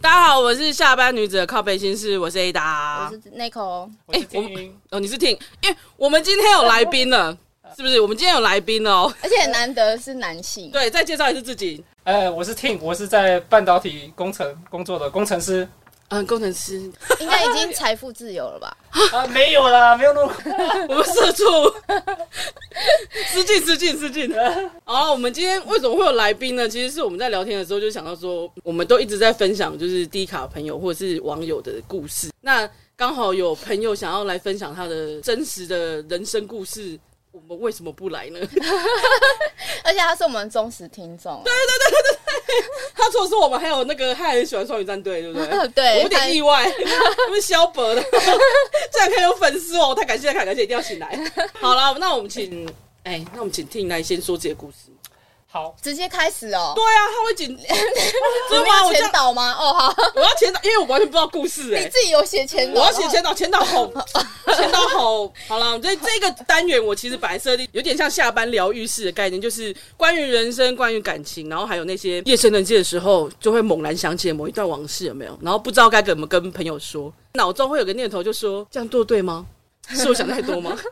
大家好，我是下班女子的靠背心事，我是 Ada，我是 Nico，我我是听们哦，你是听，因为我们今天有来宾 了，是不是？我们今天有来宾哦。而且难得是男性，对，再介绍一次自己。呃，我是 Tim，我是在半导体工程工作的工程师。嗯，工程师， 应该已经财富自由了吧？啊，没有啦， 没有那么快。我们社畜， 失敬失敬失 敬。好了，我们今天为什么会有来宾呢？其实是我们在聊天的时候就想到说，我们都一直在分享就是低卡朋友或者是网友的故事。那刚好有朋友想要来分享他的真实的人生故事，我们为什么不来呢？而且他是我们忠实听众，啊他除了说我们，还有那个他也很喜欢双鱼战队，对不 对？对我有点意外， 他们消薄的，这样可以有粉丝哦，太感谢，太感谢，一定要请 来。好了，那我们请，哎、那我们请听来先说自己的故事。好，直接开始哦。对啊，他会紧， 真的你吗？要啊 我这样前，导吗？哦，好，我要前导，因为我完全不知道故事哎、你自己有写前我导，要写前导，前导好，前导好，好了。这这个单元我其实本来设定有点像下班疗愈室的概念，就是关于人生、关于感情，然后还有那些夜深人静的时候，就会猛然想起某一段往事，有没有？然后不知道该怎么跟朋友说，脑中会有个念头，就说这样做对吗？是我想太多吗？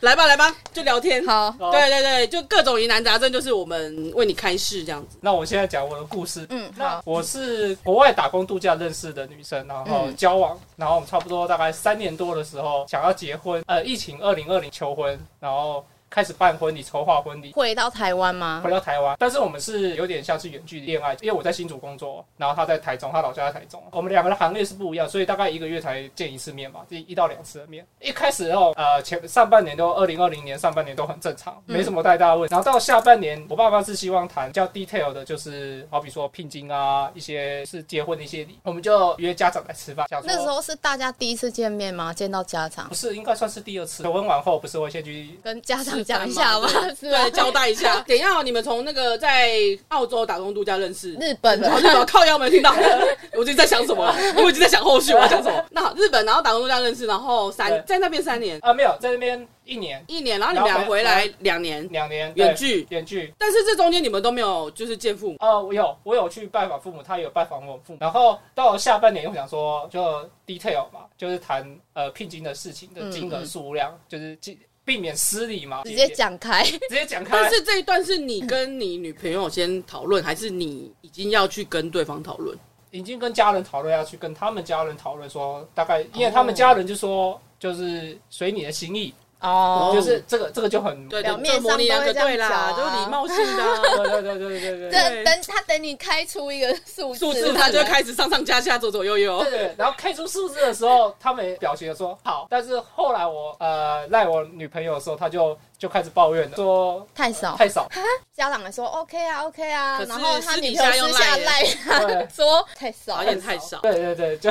来吧，来吧，就聊天。好，好对对对，就各种疑难杂症，就是我们为你开示这样子。那我现在讲我的故事。嗯，那好，我是国外打工度假认识的女生，然后嗯交往，然后我们差不多大概三年多的时候想要结婚，呃，疫情二零二零求婚，然后开始办婚礼，筹划婚礼，回到台湾吗回？到台湾，但是我们是有点像是远距离恋爱，因为我在新竹工作，然后他在台中，他老家在台中，我们两个的行业是不一样，所以大概一个月才见一次面吧，一一到两次的面。一开始哦，呃，前上半年都二零二零年上半年都很正常，没什嗯么太大的问题。然后到下半年，我爸爸是希望谈比较 detail 的，就是好比说聘金啊，一些是结婚的一些礼，我们就约家长来吃饭。想说那时候是大家第一次见面吗？见到家长不，是应该算是第二次，求婚完后不是会先去跟家长讲一下吗？是吧对，交代一下。等一下哦，你们从那个在澳洲打工度假认识，日本的然后日本靠腰没听到， 我自己在想什么，我已经在想后续我要讲什么。那好日本，然后打工度假认识，然后对三在那边三年啊没有在那边一年一年，然后你们然俩后回回来嗯两年两年对远距，远距。但是这中间你们都没有就是见父母，呃，我有我有去拜访父母，他也有拜访我父母。然后到了下半年，我想说就 detail 嘛，就是谈呃聘金的事情的金嗯额嗯数量，就是避避免失礼嘛，直接讲开，直接讲开。 但是这一段是你跟你女朋友先讨论，还是你已经要去跟对方讨论？已经跟家人讨论下去，跟他们家人讨论说，大概因为他们家人就说就是随你的心意，哦就是这个这个就很对，表面上就模棱两可都会对这样啦，讲就啊是礼貌性的啊。 对对对对对对对。等等他等你开出一个数字，数字他就会开始上上下下左左右右对，对，然后开出数字的时候，他们也表情地说好，但是后来我呃赖我女朋友的时候，她就就开始抱怨了，说太少，太少，家长还说 OK 啊 OK 啊，可是然后他私女底朋下友私用下 line 赖对他说太少好了像。太少。对对对，就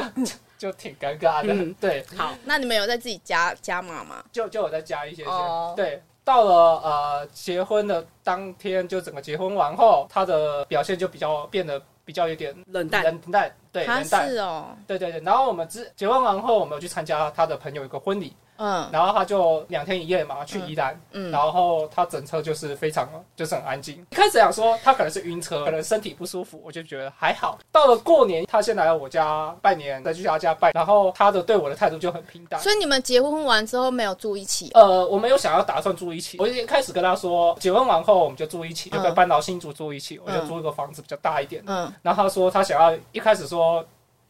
就挺尴尬的。嗯对，好，那你们有在自己加加码吗？就就我再加一些些。哦对，到了呃结婚的当天，就整个结婚完后，他的表现就比较变得比较有点冷淡。冷淡，对，他冷淡。是哦，对对对，然后我们之结婚完后，我们有去参加他的朋友一个婚礼，嗯然后他就两天一夜嘛去宜兰，嗯，然后他整车就是非常就是很安静。一开始想说他可能是晕车，可能身体不舒服，我就觉得还好。到了过年，他先来我家拜年，再去他家拜，然后他的对我的态度就很平淡。所以你们结婚完之后没有住一起呃，我没有想要打算住一起，我一开始跟他说，结婚完后我们就住一起，就跟嗯搬到新竹住一起，我就嗯租一个房子比较大一点的。嗯，然后他说他想要一开始说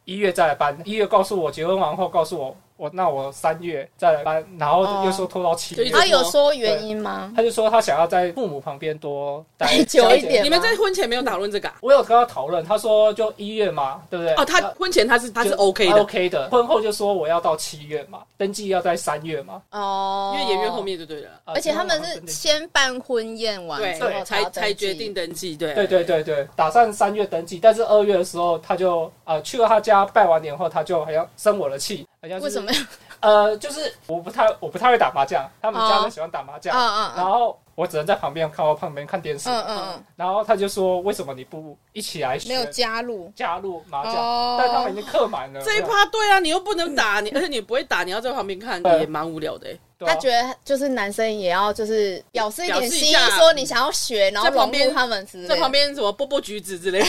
一月再来搬，一月告诉我结婚完后告诉我，我那我三月再来搬，然后又说拖到七就月。一直他啊有说原因吗？他就说他想要在父母旁边多待久一点啊你们在婚前没有讨论这个、啊？我有跟他讨论，他说就一月嘛，对不对？哦，他呃婚前他是他是 OK 他哦的， OK 的。婚后就说我要到七月嘛，登记要在三月嘛。因哦，为演员后。面就对了，呃而且他们结婚完是后先办婚宴完之后对，才才决定的。登记，对对对对对，打算三月登记，但是二月的时候他就呃去了他家拜完年后，他就好像生我的气，好像、就是、为什么？呃，就是我不太我不太会打麻将，他们家哦人喜欢打麻将，啊啊然啊！后我只能在旁边看我旁边看电视。嗯嗯然后他就说：“为什么你不一起来嗯，没有学加入加入麻将？”但他们已哦。经刻满了这一趴对啊，你又不能打，你而且你不会打，你要在旁边看，对也蛮无聊的欸。对啊他觉得就是男生也要就是表示一表点示一心意下，说你想要学，然后在旁融边入他们之类的。在旁边什么剥剥橘子之类的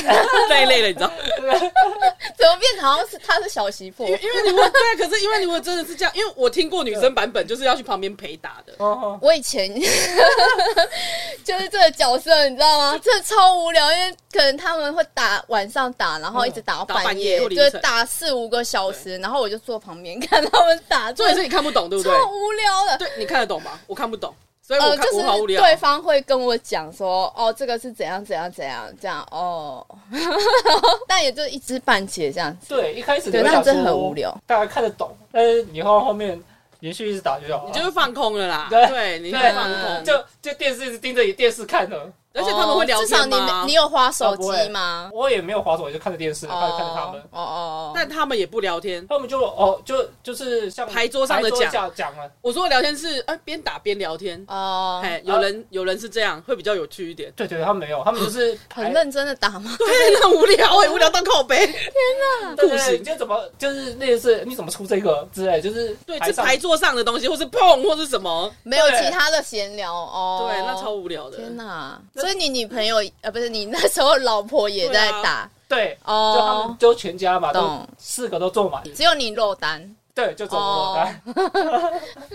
那一类的，你知道？怎么变好像是他是小媳妇因？为因为你如果对，啊可是因为你如果真的是这样，因为我听过女生版本，就是要去旁边陪打的。哦我以前 就是这个角色，你知 道吗？真的超无聊，因为可能他们会打晚上打，然后一直打嗯到打半半夜或凌就是晨打四五个小时，然后我就坐旁边看他们打，重真点的是你看不懂，对不对？超无聊的。对，你看得懂吗？我看不懂，所以我呃，看就是我好无聊。对方会跟我讲说，哦，这个是怎样怎样怎样这样哦， 但也就一知半解这样子。对，一开始你对，会那想真的很说无聊。大家看得懂，但是你后后面连续一直打就好了你就会放空了啦，对对，啊你对会放空，嗯就就就电视一直盯着你电视看了。而且他们会聊哦至少天你吗你？有花手啊不会机吗？我也没有滑手，我就看着电视，看着看着他哦们，哦哦，但他们也不聊天。他们就哦，就就是像牌桌上的牌桌下讲了，我说的聊天是哎，边打边聊天。哦，哎，有人有人是这样，会比较有趣一点。对对，对他们没有，他们就是很牌认真的打 吗？对，很无聊 欸哎，无聊到靠背。对故对事对，你就怎么就是类似你怎么出这个之类，就是对，牌是上牌桌上的东西，或是碰，或是什么。没有对其他的闲聊哦。对，那超无聊的。天哪！所以你女朋友呃不是你那时候老婆也在打对，啊就他们哦，就全家嘛，都懂四个都坐满，只有你落单，对，就走哦我来，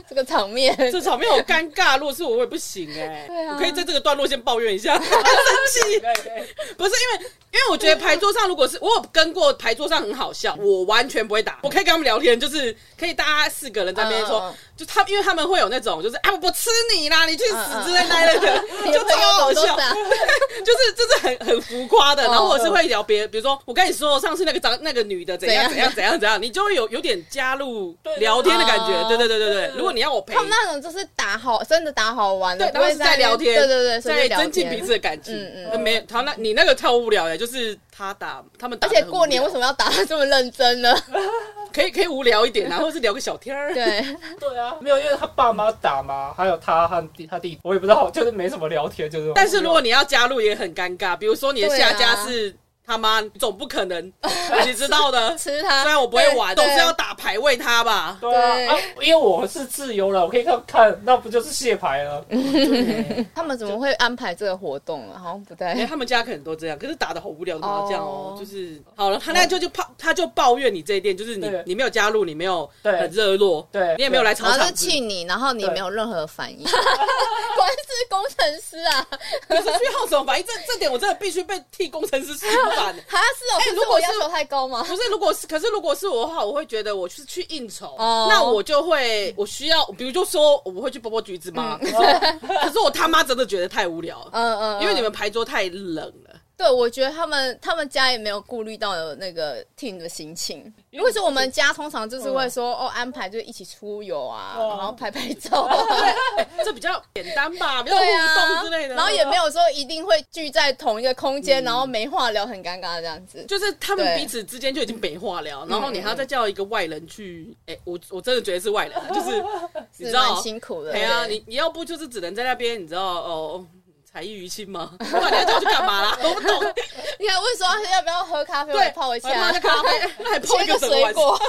这个场面这场面好尴尬，如果是我，我也不行哎、 对啊我可以在这个段落先抱怨一 下，生气。 对对不是因为，因为我觉得牌桌上如果是我有跟过牌桌上很好笑，嗯我完全不会打，我可以跟他们聊天，就是可以大家四个人在那边说，嗯嗯就他因为他们会有那种就是哎、我吃你啦，你去死嗯之类那一类的，你 就的超朋友好怎么都笑，打，就是就是很很浮夸的，嗯然后或者是会聊别，比如说我跟你说上次那个张那个女的怎样怎怎样样怎样怎样，你就会有有点加入对聊天的感觉，哦对对对对对对对，对如果你要我陪他。们那种就是打好，真的打好玩的，对，不然后会是在聊天，对对对，所以在就聊增进天彼此。的感情。嗯嗯嗯嗯，没有，他那你那个超无聊的，就是他打他们打而得很无且聊，过年为什么要打得这么认 真呢？可以可以无聊一点啊，然后是聊个小天儿。对，对啊，没有，因为他爸妈打嘛，还有他和弟他弟，我也不知道，就是没什么聊天，就是。但是如果你要加入也很尴尬，比如说你的对啊下家是他妈，总不可 能你知道的。吃它。虽然我不会玩，对总是要对打牌喂他吧。对啊啊因为我是自由了，我可以看看，那不就是卸 牌了？他们怎么会安排这个活动啊？好像不太 哎、他们家可能都这样，可是打的好无聊的麻将哦哦就是好了，他那就就抱，他就抱怨你这一点，就是你对你没有加入，你没有对很热络，对你也没有来然吵后场就子，气你，然后你对没有任何 反应，果然是工程师啊！可是去好什么反应？这这点我真的必须被替工程师平反。 哈是哦，哎可如是果我是要求太高吗？不是，如果是，可是如果是我的话，我会觉得我是去应酬，哦那我就会，我需要，比如就说我会去剥剥橘子嘛。可是我他妈真的觉得太无聊了，嗯 嗯，因为你们牌桌太冷了。对，我觉得他们他们家也没有顾虑到有那个 team 的心情。如果是我们家，通常就是嗯会说哦，安排就一起出游啊，哦然后拍拍照 啊，这比较简单吧，哦比较互对啊动之类，的。嗯然后也没有说一定会聚在同一个空间，然后没话聊，很尴尬这样子。就是他们对彼此之间就已经没话聊，然后你还要再叫一个外人去，哎、我我真的觉得是外人， 就是你知是道蛮辛苦的。哎呀，对你你要不就是只能在那边，你知道哦，才艺于亲吗？不然你要叫我去干 嘛啦？我不懂。你还问说要不要喝咖啡，我对，来泡一我泡，下个咖啡，那还泡 切一个个什么水玩意果。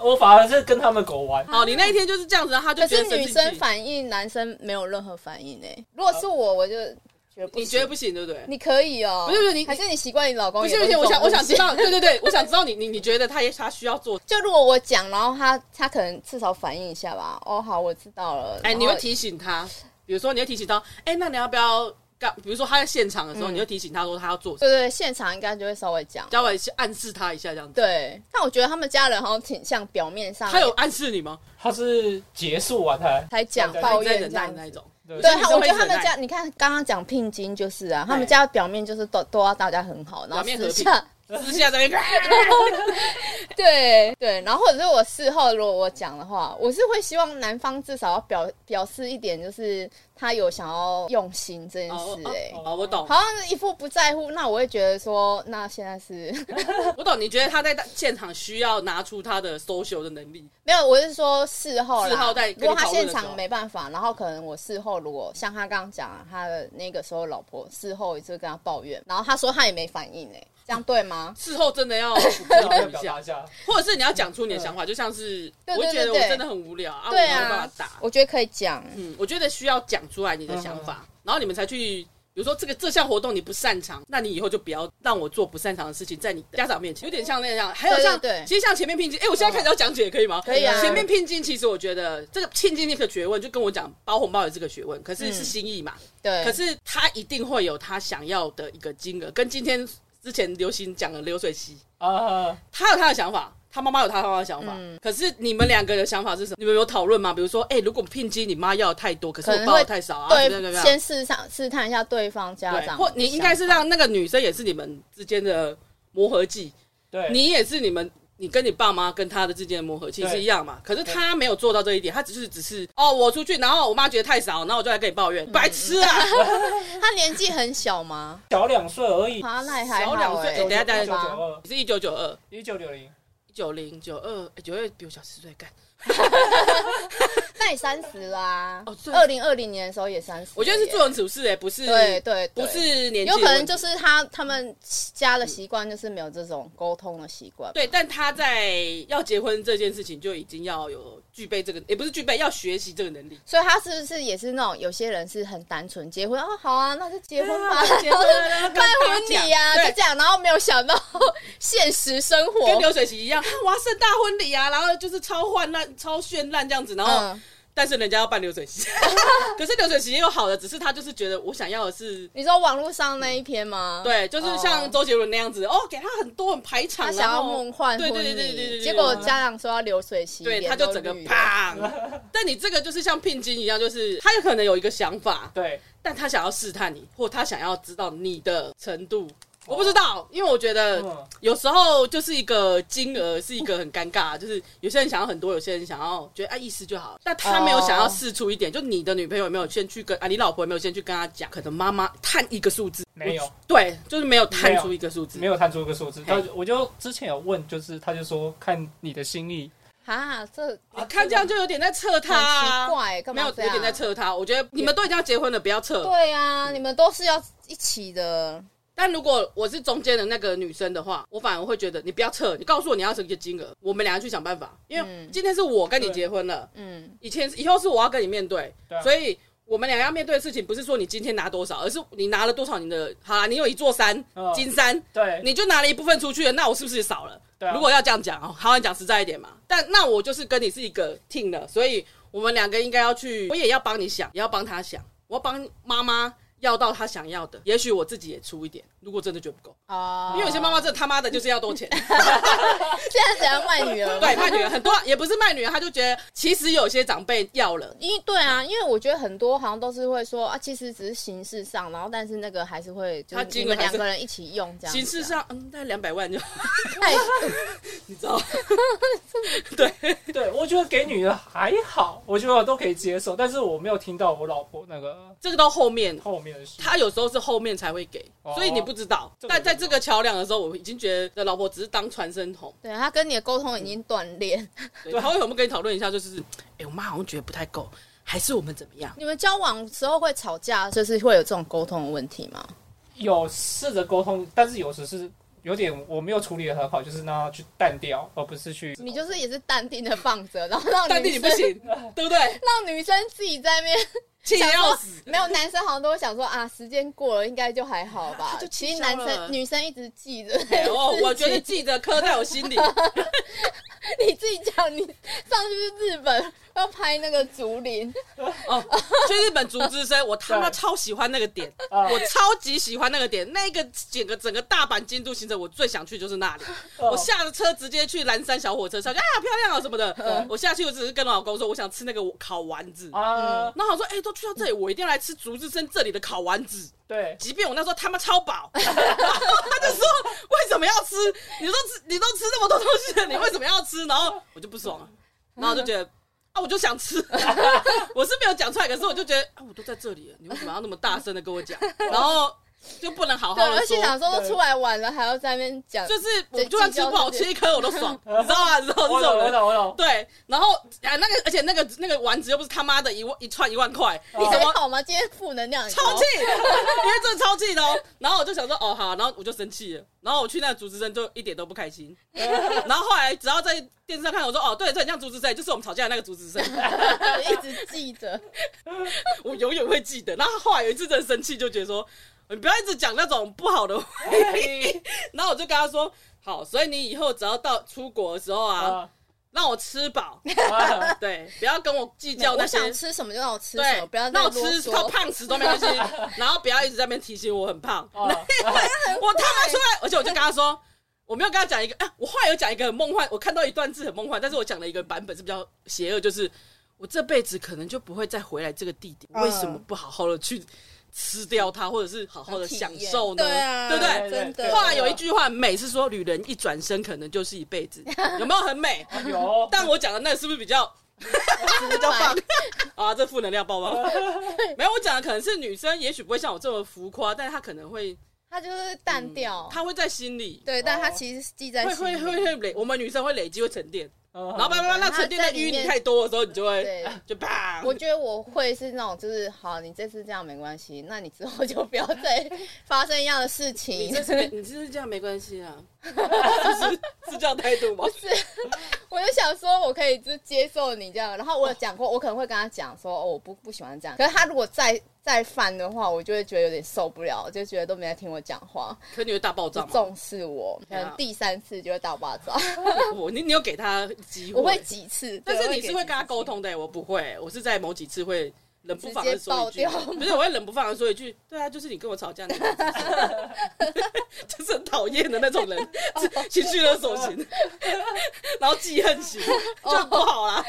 我反而是跟他们狗玩，好，你那一天就是这样子，啊然后他可就是觉得女生生气，反应，男生没有任何反应哎。如果是我，我就觉得不行你觉得不行，对不对？你可以哦，不是不是你还是你习惯你老公不也哦行都不是行，这种我想我路线。想知道，对对对，我想知道你你你觉得他也他需要做， 就如果我讲，然后他他可能至少反应一下吧。哦，好，我知道了。哎，然你后会提醒他，比如说你会提醒到，哎，那你要不要干？比如说他在现场的时候，嗯你会提醒他说他要做什么，对对，现场应该就会稍微讲。稍微去暗示他一下这样子。对，但我觉得他们家人好像挺像表面上他有暗示你吗？他是结束完才才讲对抱你在怨忍这耐样那一子。种，对所对以你他，是我会觉得他忍们耐家，你看刚刚讲聘金就是啊，他们家表面就是都都要大家很好，然表后面和平私下私下在那边。对对，然后或者是我事后如果我讲的话，我是会希望男方至少要表表示一点，就是他有想要用心这件哦事、哦哎、哦哦，我懂，好像是一副不在乎，那我会觉得说，那现在是 我懂。你觉得他在现场需要拿出他的 social 的能力？没有，我是说事后啦。事后再跟你如果他讨论现的时候场没办法，然后可能我事后如果像他刚刚讲啊，他的那个时候老婆事后也是跟他抱怨，然后他说他也没反应、哎，这样对吗？事后真的要补 要表一达下一，下，或者是你要讲出你的想法，就像是啊对对我会觉得对我对真的很无聊啊，我没对有办啊法打。我觉得可以讲。嗯，我觉得需要讲出来你的想嗯法，然后你们才去。比如说这个这项活动你不擅长，那你以后就不要让我做不擅长的事情，在你家长面前，有点像那样。还有像，对对对嗯其实像前面聘金，哎、我现在开始要讲解可以吗？可以啊前面聘金其实我觉得这个聘金那个学问，就跟我讲包红包也是个学问，可是嗯是心意嘛。对，可是他一定会有他想要的一个金额，跟今天之前流行讲的流水席，啊，他有他的想法，他妈妈有他妈妈的想法。嗯可是你们两个的想法是什么？你们有讨论吗？比如说，哎、如果聘金你妈要的太多，可是可我能包的会太少啊，对，怎么样怎么样？先试上试探一下对方家对，长的想或法，你应该是让那个女生也是你们之间的磨合剂，对，你也是你们。你跟你爸妈跟他的之间的磨合其实是对一样嘛，可是他没有做到这一点，他只是只是哦，我出去，然后我妈觉得太少，然后我就来跟你抱嗯怨，白痴啊！ 他年纪很小吗？小两岁而已，啊，那也还好、小欸，两岁，哎，等一下等一九下，九二你是一九九二、一九六零，一九零、九二，九二比我小十岁，干。那也三十啦哦对。二零二零年的时候也三十，我觉得是做人处事，哎，不是对对对不是年纪的有可问能题就是他他们家的习惯就是没有这种沟通的习惯。对，但他在要结婚这件事情就已经要有具备这个，也不是具备，要学习这个能力。所以他是不是也是那种有些人是很单纯，结婚哦好啊，那就结婚吧，结婚 了然后跟办大婚家礼呀、讲就这样，然后没有想到现实生对，跟活，流水席一样，啊我要盛大婚礼啊，然后就是超绚烂、超绚烂这样子，然后、嗯，但是人家要办流水席， 可是流水席也有好的，只是他就是觉得我想要的是。你说网络上那一篇吗？，对，就是像哦周杰伦那样子，哦，给他很多很排场，他想要然后梦幻婚对对礼，对对对对，结果对家长说要流水席，对，脸他就都整个绿了 砰。但你这个就是像聘金一样，就是他有可能有一个想法，对，但他想要试探你，或他想要知道你的程度。哦我不知道，因为我觉得嗯有时候就是一个金额是一个很尴尬，就是有些人想要很多，有些人想要觉得啊意思就好，但他没有想要试出哦一点，就你的女朋友有没有先去跟啊，你老婆有没有先去跟他讲，可能妈妈探一个数字没有我对，就是没有探没有出一个数字，没有探出个数字，嘿他我就之前有问，就是他就说看你的心意，啊，这啊，看这样就有点在测他、很啊奇，怪，干没嘛有有这样点在测他，我觉得你们都已经要结婚了，不要测，对啊，你们都是要一起的，但如果我是中间的那个女生的话，我反而会觉得你不要撤，你告诉我你要一个金额，我们俩去想办法。因为嗯今天是我跟你结婚了，嗯，以前以后是我要跟你面对，对啊所以我们俩要面对的事情不是说你今天拿多少，而是你拿了多少你的，好啦，你有一座山，嗯金山，对，你就拿了一部分出去了，那我是不是少了？对啊如果要这样讲哦，好想讲实在一点嘛。但那我就是跟你是一个 team 的，所以我们两个应该要去，我也要帮你想，也要帮他想，我要帮妈妈。要到她想要的，也许我自己也出一点。如果真的觉得不够，哦，因为有些妈妈真的他妈的就是要多钱， 现在怎样卖女儿？对，卖女儿很多也不是卖女儿，她就觉得其实有些长辈要了，因为对啊，因为我觉得很多好像都是会说啊，其实只是形式上，然后但是那个还是会，就他是金额你们还两是个人一起用这样子啊。哎形式上嗯大概两百万就太，你知道，对， 对我觉得给女的还好，我觉得我都可以接受，但是我没有听到我老婆那个这个到后面后面的事，他有时候是后面才会给，哦所以你不知道。这个但我在不知这道个桥梁的时候，我已经觉得老婆只是当传声筒。对他跟你的沟通已经断裂。对，他会我们跟你讨论一下，就是，哎、我妈好像觉得不太够，还是我们怎么样？你们交往时候会吵架，就是会有这种沟通的问题吗？有试着沟通，但是有时是有点我没有处理的很好，就是让他去淡掉，而不是去你就是也是淡定的放着，然后让但弟女你生不行， 对不对？让女生自己在那边气得想要说死。没有，男生好像都会想说啊，时间过了应该就还好吧。就其气实消男了生女生一直记着， 哎哦，我觉得记得刻在我心里。你自己讲，你上次去日本要拍那个竹林，哦，去日本竹之森，我他妈对超喜欢那个点，啊，我超级喜欢那个点。那个整个整个大阪京都行程，我最想去就是那里。我我下了车直接去蓝山小火车上，啊漂亮啊什么的。我下去我只是跟老公说，我想吃那个烤丸子。啊，然后我说，哎、都去到这里，我一定要来吃竹子生这里的烤丸子，对，即便我那时候他妈超饱。 然后他就说，为什么要吃？啊你都吃，你都吃那么多东西了，你为什么要吃？然后我就不爽了，然后我就觉得。啊，我就想吃， 我是没有讲出来，可是我就觉得啊，我都在这里了，你为什么要那么大声的跟我讲？然后就不能好对，好的而且想哦说。说都出来晚了，还要在那边讲，就是我就算吃不好吃一颗我都 爽，你知道吗？你知道我这懂种我人，懂我懂，对，然后啊，那个，而且那个那个丸子又不是他妈的一万一串一万块，哦你你怎还么哎好吗？今天负能量很超高气？因为真的超气的哦。然后我就想说，哦好，然后我就生气了。然后我去那个主持人就一点都不开 心。然后后来只要在电视上看，我说哦，对，这很像主持人，就是我们吵架的那个主持人， 一直记 着，我永远会记得。然后后来有一次真的生气，就觉得说。你不要一直讲那种不好的，嘿 然后我就跟他说：“好，所以你以后只要到出国的时候嗯啊，啊让我吃饱，啊对，不要跟我计较那 我些想吃什么就让我吃什对么，，不要再那我啰吃靠嗦。胖死都没 关系，然后不要一直在那边提醒我很胖，我啊他妈出来，而且我就跟他说。我没有跟他讲一个，哎、我后来有讲一个很梦幻，我看到一段字很梦幻，但是我讲了一个版本是比较邪恶，就是我这辈子可能就不会再回来这个地点，嗯为什么不好好的去吃掉它，或者是好好的享受呢？对啊，对不对？真对的。后来有一句话很美是说，女人一转身可能就是一辈子，有没有很美？有但我讲的那个是不是比较比较棒 啊？这负能量爆爆。没有，我讲的可能是女生，也许不会像我这么浮夸，但是她可能会，他就是淡掉，她会在心里，对，但他其实是哦记在嗯哦会心会里。会会累。我们女生会累积，会沉淀，然然后慢慢慢慢她沉淀在在里淤泥面太多的时候，你就会对， 就 啪。我觉得我会是那种，就是好，你这次这样没关系，那你之后就不要再发生一样的事你情。 这是你这是这样没关系啊，是是这样态度吗？我就想说，我可以就接受你这样，然后我有讲过，我可能会跟他讲说，哦，我不不喜欢这样。可是他如果再再犯的话，我就会觉得有点受不了，就觉得都没在听我讲话，可你会大爆不炸吗？重视我，可对啊能第三次就会大爆炸。我你你有给她机会？我会几次，但是对你是会跟他沟，通的、我不会，我是在某几次会冷不防的说一直句接爆，掉不是我会冷不防的说一句，对啊，就是你跟我吵架，你 就是很讨厌的那种人，哦情绪勒索型，然后记恨型，就不好啦，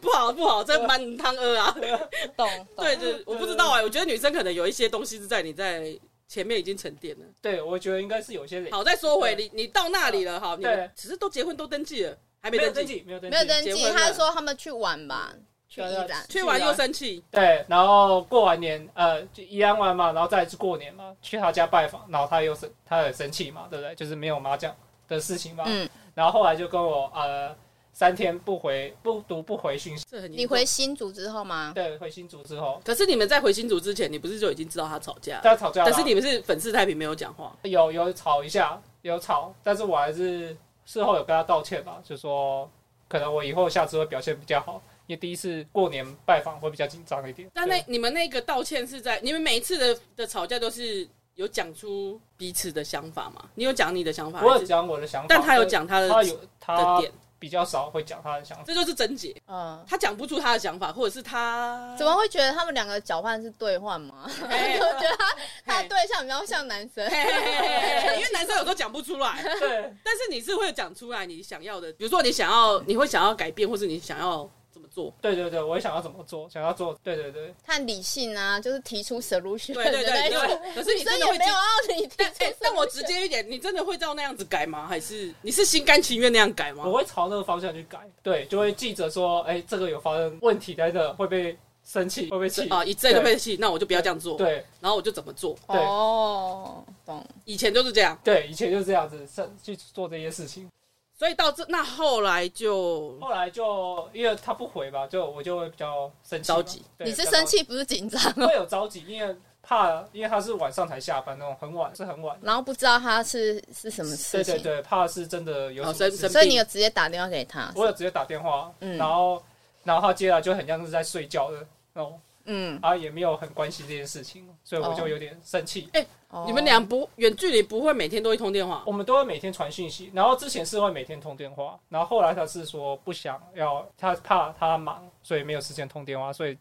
不好不好，这满汤恶啊，我会懂懂。对对，我不知道哎、我觉得女生可能有一些东西是在你在。前面已经沉淀了。对，我觉得应该是有些人好，再说回你，你到那里了，好，你对们只是都结婚都登记了，还没没有登登记，记，没有登没有记，登结记，婚了他说他们去玩吧，去啊宜兰。去完又生气，对，然后过完年，呃，就宜安完嘛，然后再来是过年嘛，去他家拜访，然后他又生，他很生气嘛，对不对？就是没有麻将的事情嘛。嗯，然后后来就跟我呃三天不回不读不回讯息，这很严你重回新竹之后吗？对，回新竹之后，可是你们在回新竹之前，你不是就已经知道他吵架了？他吵架了，但是你们是粉饰太平，没有讲话。有有吵一下，有吵，但是我还是事后有跟他道歉吧，就说可能我以后下次会表现比较好，因为第一次过年拜访会比较紧张一点。但那你们那个道歉是在你们每一次的的吵架都是有讲出彼此的想法吗？你有讲你的想法，对我还有是讲我的想法，但他有就讲他的他有的他点，比较少会讲他的想法。这就是症结。嗯，他讲不出他的想法，或者是他 怎么会觉得他们两个交换是兑换吗？哎我觉得他他哎的对象比较像男生，嘿嘿嘿嘿嘿因为男生有时候讲不出来，对，但是你是会讲出来你想要的，比如说你想要，你会想要改变，或是你想要怎么做。对对对，我也想要怎么做，想要做，对对对，他很理性啊，就是提出 solution 对对的那对，种。对可是你 女生真的也会没接有啊要你提但出哎、 但我直接一点，你真的会照那样子改吗？还是你是心甘情愿那样改吗我？会朝那个方向去改，对，就会记着说，哎，这个有发生问题在这，会被生气，会哦被气，啊，一阵就被气，那我就不要这样做，对然后我就怎么做？对哦，懂。以前就是这样，对，以前就这样子，生去做这些事情。所以到这那后来就后来就因为他不回吧，就我就会比较生气嘛，着急对。你是比较生气不是紧张着急？哦？ 会有着急，因为怕，因为他是晚上才下班那种，很晚是很晚。然后不知道他是是什么对事对情，对，怕是真的有哦什么生事生所以你有直接打电话给他。我有直接打电话，嗯然后然后他接来就很像是在睡觉的那种，嗯，啊他也没有很关心这件事情，所以我就有点生气。哦你们俩不远距离不会每天都会通电话，我们都会每天传讯息，然后之前是会每天通电话，然后后来他是说不想要，他怕他忙，所以没有时间通电话，所以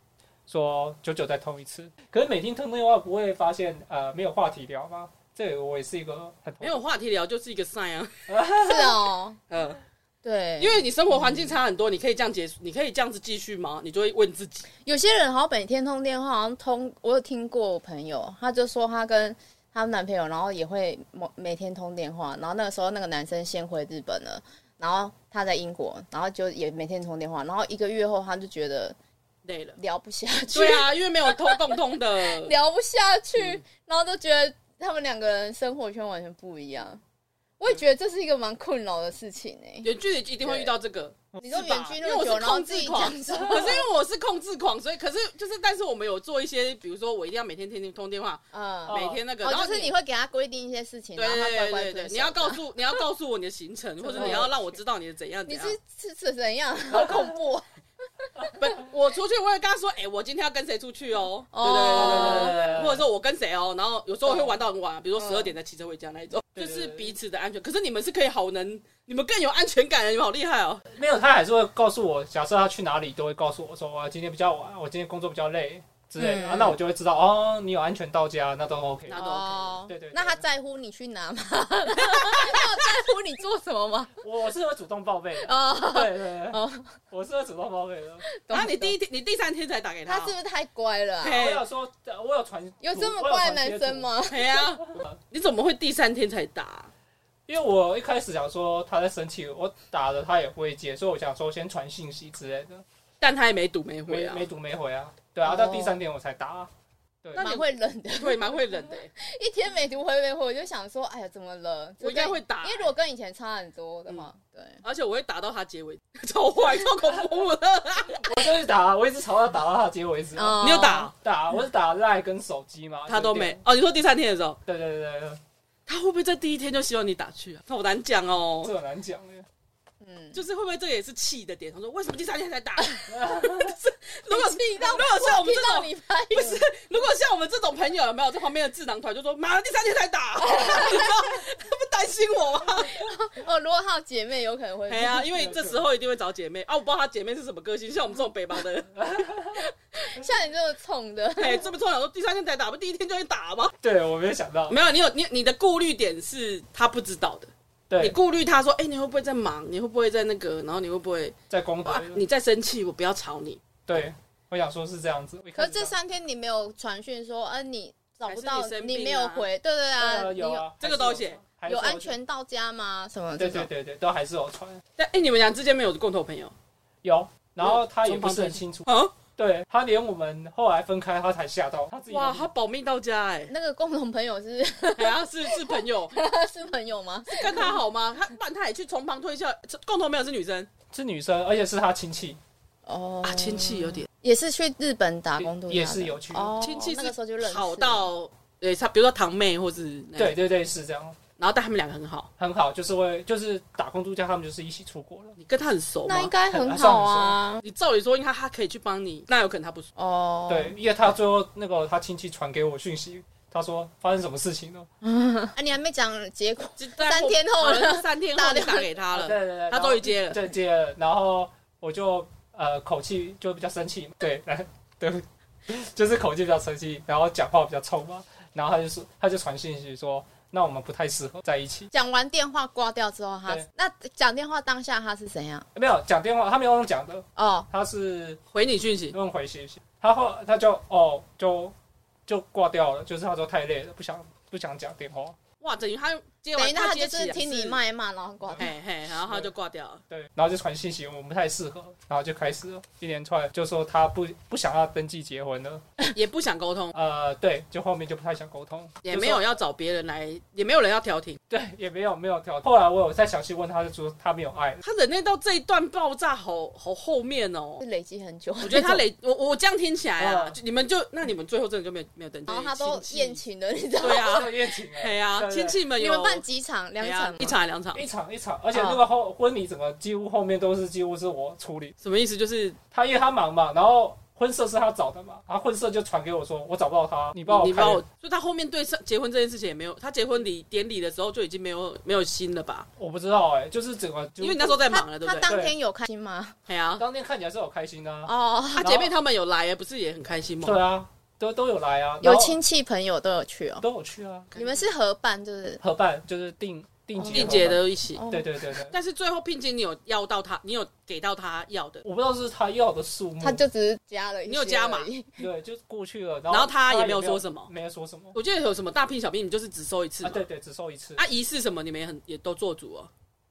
说久久再通一次。可是每天通电话不会发现呃没有话题聊吗？这个我也是一个很没有话题聊就是一个 sign 啊，是哦，嗯，对，因为你生活环境差很多，你可以这样结束，你可以这样子继续吗？你就会问自己，有些人好像每天通电话，好像通，我有听过我朋友，她就说她跟她男朋友，然后也会每每天通电话，然后那个时候那个男生先回日本了，然后他在英国，然后就也每天通电话，然后一个月后他就觉得累了。聊不下 去，对啊，因为没有偷共通 的聊不下去，嗯然后就觉得他们两个人生活圈完全不一样。我也觉得这是一个蛮困扰的事情哎、远距离一定会遇到这个。你说是吧远距因那为么我久，是然后控自制己狂，讲可是说，因为我是控制狂，所以可是就是，但是我们有做一些，比如说我一定要每天天天通电话，嗯，哦，哦每天那个，然后就是你会给他规定一些事情，对然后他对乖乖对遵对，守你要告诉你要告诉我你的行 程，或者你要让我知道你的怎样怎你样。是是是 怎样，好恐怖哦！不，我出去我也跟他说，哎、我今天要跟谁出去哦？对对对对对对，或者说我跟谁哦？然后有时候会玩到很晚，啊比如说十二点才骑车回家那一种，嗯对就对是彼此的安全。可是你们是可以好能，你们更有安全感的，你们好厉害哦！没有，他还是会告诉我，假设他去哪里都会告诉我说，啊，今天比较晚，我今天工作比较累之类的、嗯啊，那我就会知道，哦，你有安全到家，那都 OK 那。都 OK 哦，对对对那他在乎你去 哪吗？他有在乎你做什么吗？ 我我是会主动报备的，哦，对对对，哦我是会主动报备 的。懂啊然后你第懂一天，你第三天才打给他哦是不是太乖了啊、嘿我有说，呃我有传，有这么我有乖传的男贴生图？吗？哎 呀，你怎么会第三天才打？啊因为我一开始想说他在生气，我打了他也不会接，所以我想说先传信息之类的，但他也没赌没回没啊，没读没回啊，对哦啊，到第三天我才打，对，那你蛮会冷的， 对，蛮会忍的、欸一天没读回没回，我就想说，哎呀，怎么了？我应该会打欸嗯因为如果跟以前差很多的话，对， 而且我会打到他结尾，超坏，超恐怖的。我就是打，我一直朝他打到他接为止啊。哦 你有打？打，我是打赖跟手机嘛，他都就没电。哦，你说第三天的时候，对对对对，他会不会在第一天就希望你打去啊？那我难讲哦。 这很难讲耶。嗯，就是会不会这也是气的点？他说为什么第三天才打？ 如果你到如果像我们听这到种，你发音不是如果像我们这种朋友有没有在旁边的智囊团就说妈的第三天才打， 你知道他不担心我啊吗？哦，如果他有姐妹，有可能 会哎呀，因为这时候一定会找姐妹啊，我不知道她姐妹是什么个性，像我们这种北方的人， 像你这么冲 的，哎，这么重要说第三天才打，不第一天就会打吗？对，我没有想到。没有，你有你你的顾虑点是他不知道的，你对，顾虑他说，哎，你会不会在忙？你会不会在那个？然后你会不会在工作啊，？你在生气？我不要吵你。对，我想说是这样子。我一开可始是这样三天你没有传讯说，呃，你找不到还，是你生病啊没有回，对对啊，呃你有啊，这个都写还是有有安。全到家吗？什么还啊这是有对对种？对对，都还是有传但哎，你们俩之间没有共同朋友？有。然后他也不是很清楚，啊？对他连我们后来分开，他才吓到，他自己哇，他保密到家 哎、那个共同朋友是 欸，然后是是朋友，是朋友吗？是跟他好吗？他不然他也去从旁推销，共同朋友是女生是女生，而且是他亲戚，哦啊，亲戚有点也是去日本打工度假的也是有去哦，亲戚是那个时候就认识好到对他，比如说堂妹或是那个对，对对，是这样，然后但他们两个很好，很好，就是会就是打工度假，他们就是一起出国了，你跟他很熟那应吗？该很好啊。你照理说应该他可以去帮你，那有可能他不熟，哦，对，，因为他最后那个他亲戚传给我讯息，他说发生什么事情了，啊，你还没讲结果，就在三天后了好像三天后打你电话打给他 了，对对对，他终于 接了。对接了，然后我就呃口气就比较生气，对，来对，就是口气比较生气，然后讲话比较冲嘛，然后他就说他就传信息说，那我们不太适合在一起，讲完电话挂掉之后，他对那讲电话当下他是怎样？没有讲电话，他没有用讲的，哦，他是回你讯息，用回信息，他后他就哦就就挂掉了，就是他说太累了，不想不想讲电话，哇，等于他接等完于他接就起是来听你，骂一骂，然后挂是掉。嘿嘿，然后他就挂掉了。对，然后就传信息，我们不太适合，然后就开始了一连串，就说他不不想要登记结婚了，也不想沟 通，呃，对，就后面就不太想沟通，也就说没有要找别人来，也没有人要调停。对，也没有没有跳。后来我有再详细问他，就说他没有爱了。他忍耐到这一段爆炸好好后面哦是。累积很久，我觉得他 累，我我这样听起来啊，嗯就你们就那你们最后真的就没有没有登记，哦然后他都戚，宴请了，你知道吗？对 啊，有 宴请对哎，啊，对亲戚们你有们办几场？两对啊哎场吗？一场还两场，一场一场，而且嗯那个后婚礼整个几乎后面都是几乎是我处理。什么意思？就是他因为他忙嘛，然后婚社是他找的嘛，然后婚社就传给我说我找不到他，你帮我你开帮我，，所以他后面对上结婚这件事情也没有，他结婚礼典礼的时候就已经没有没有心了吧？我不知道哎，就是整个就因为你那时候在忙他了，对他不对？当天有开心吗？对啊，当天看起来是有开心的啊，哦，他姐妹她们有来，不是也很开心吗？对啊，都都有来啊，然有后亲戚朋友都有去哦。都有去啊，你们是合办，就是合办就是定定结并合姐办，都一起，哦对对对对，但是最后聘金你有要到他，你有给到他要的，我不知道是他要的数目，哦他就只是加了一些而已，你有加嘛对就过去了，然然后后他也没没有说什么。没有说什么我记得有什么大聘小聘，你就是只收一次啊，嘛。对对，只收一次啊，仪式什么你们也很也都做主哦。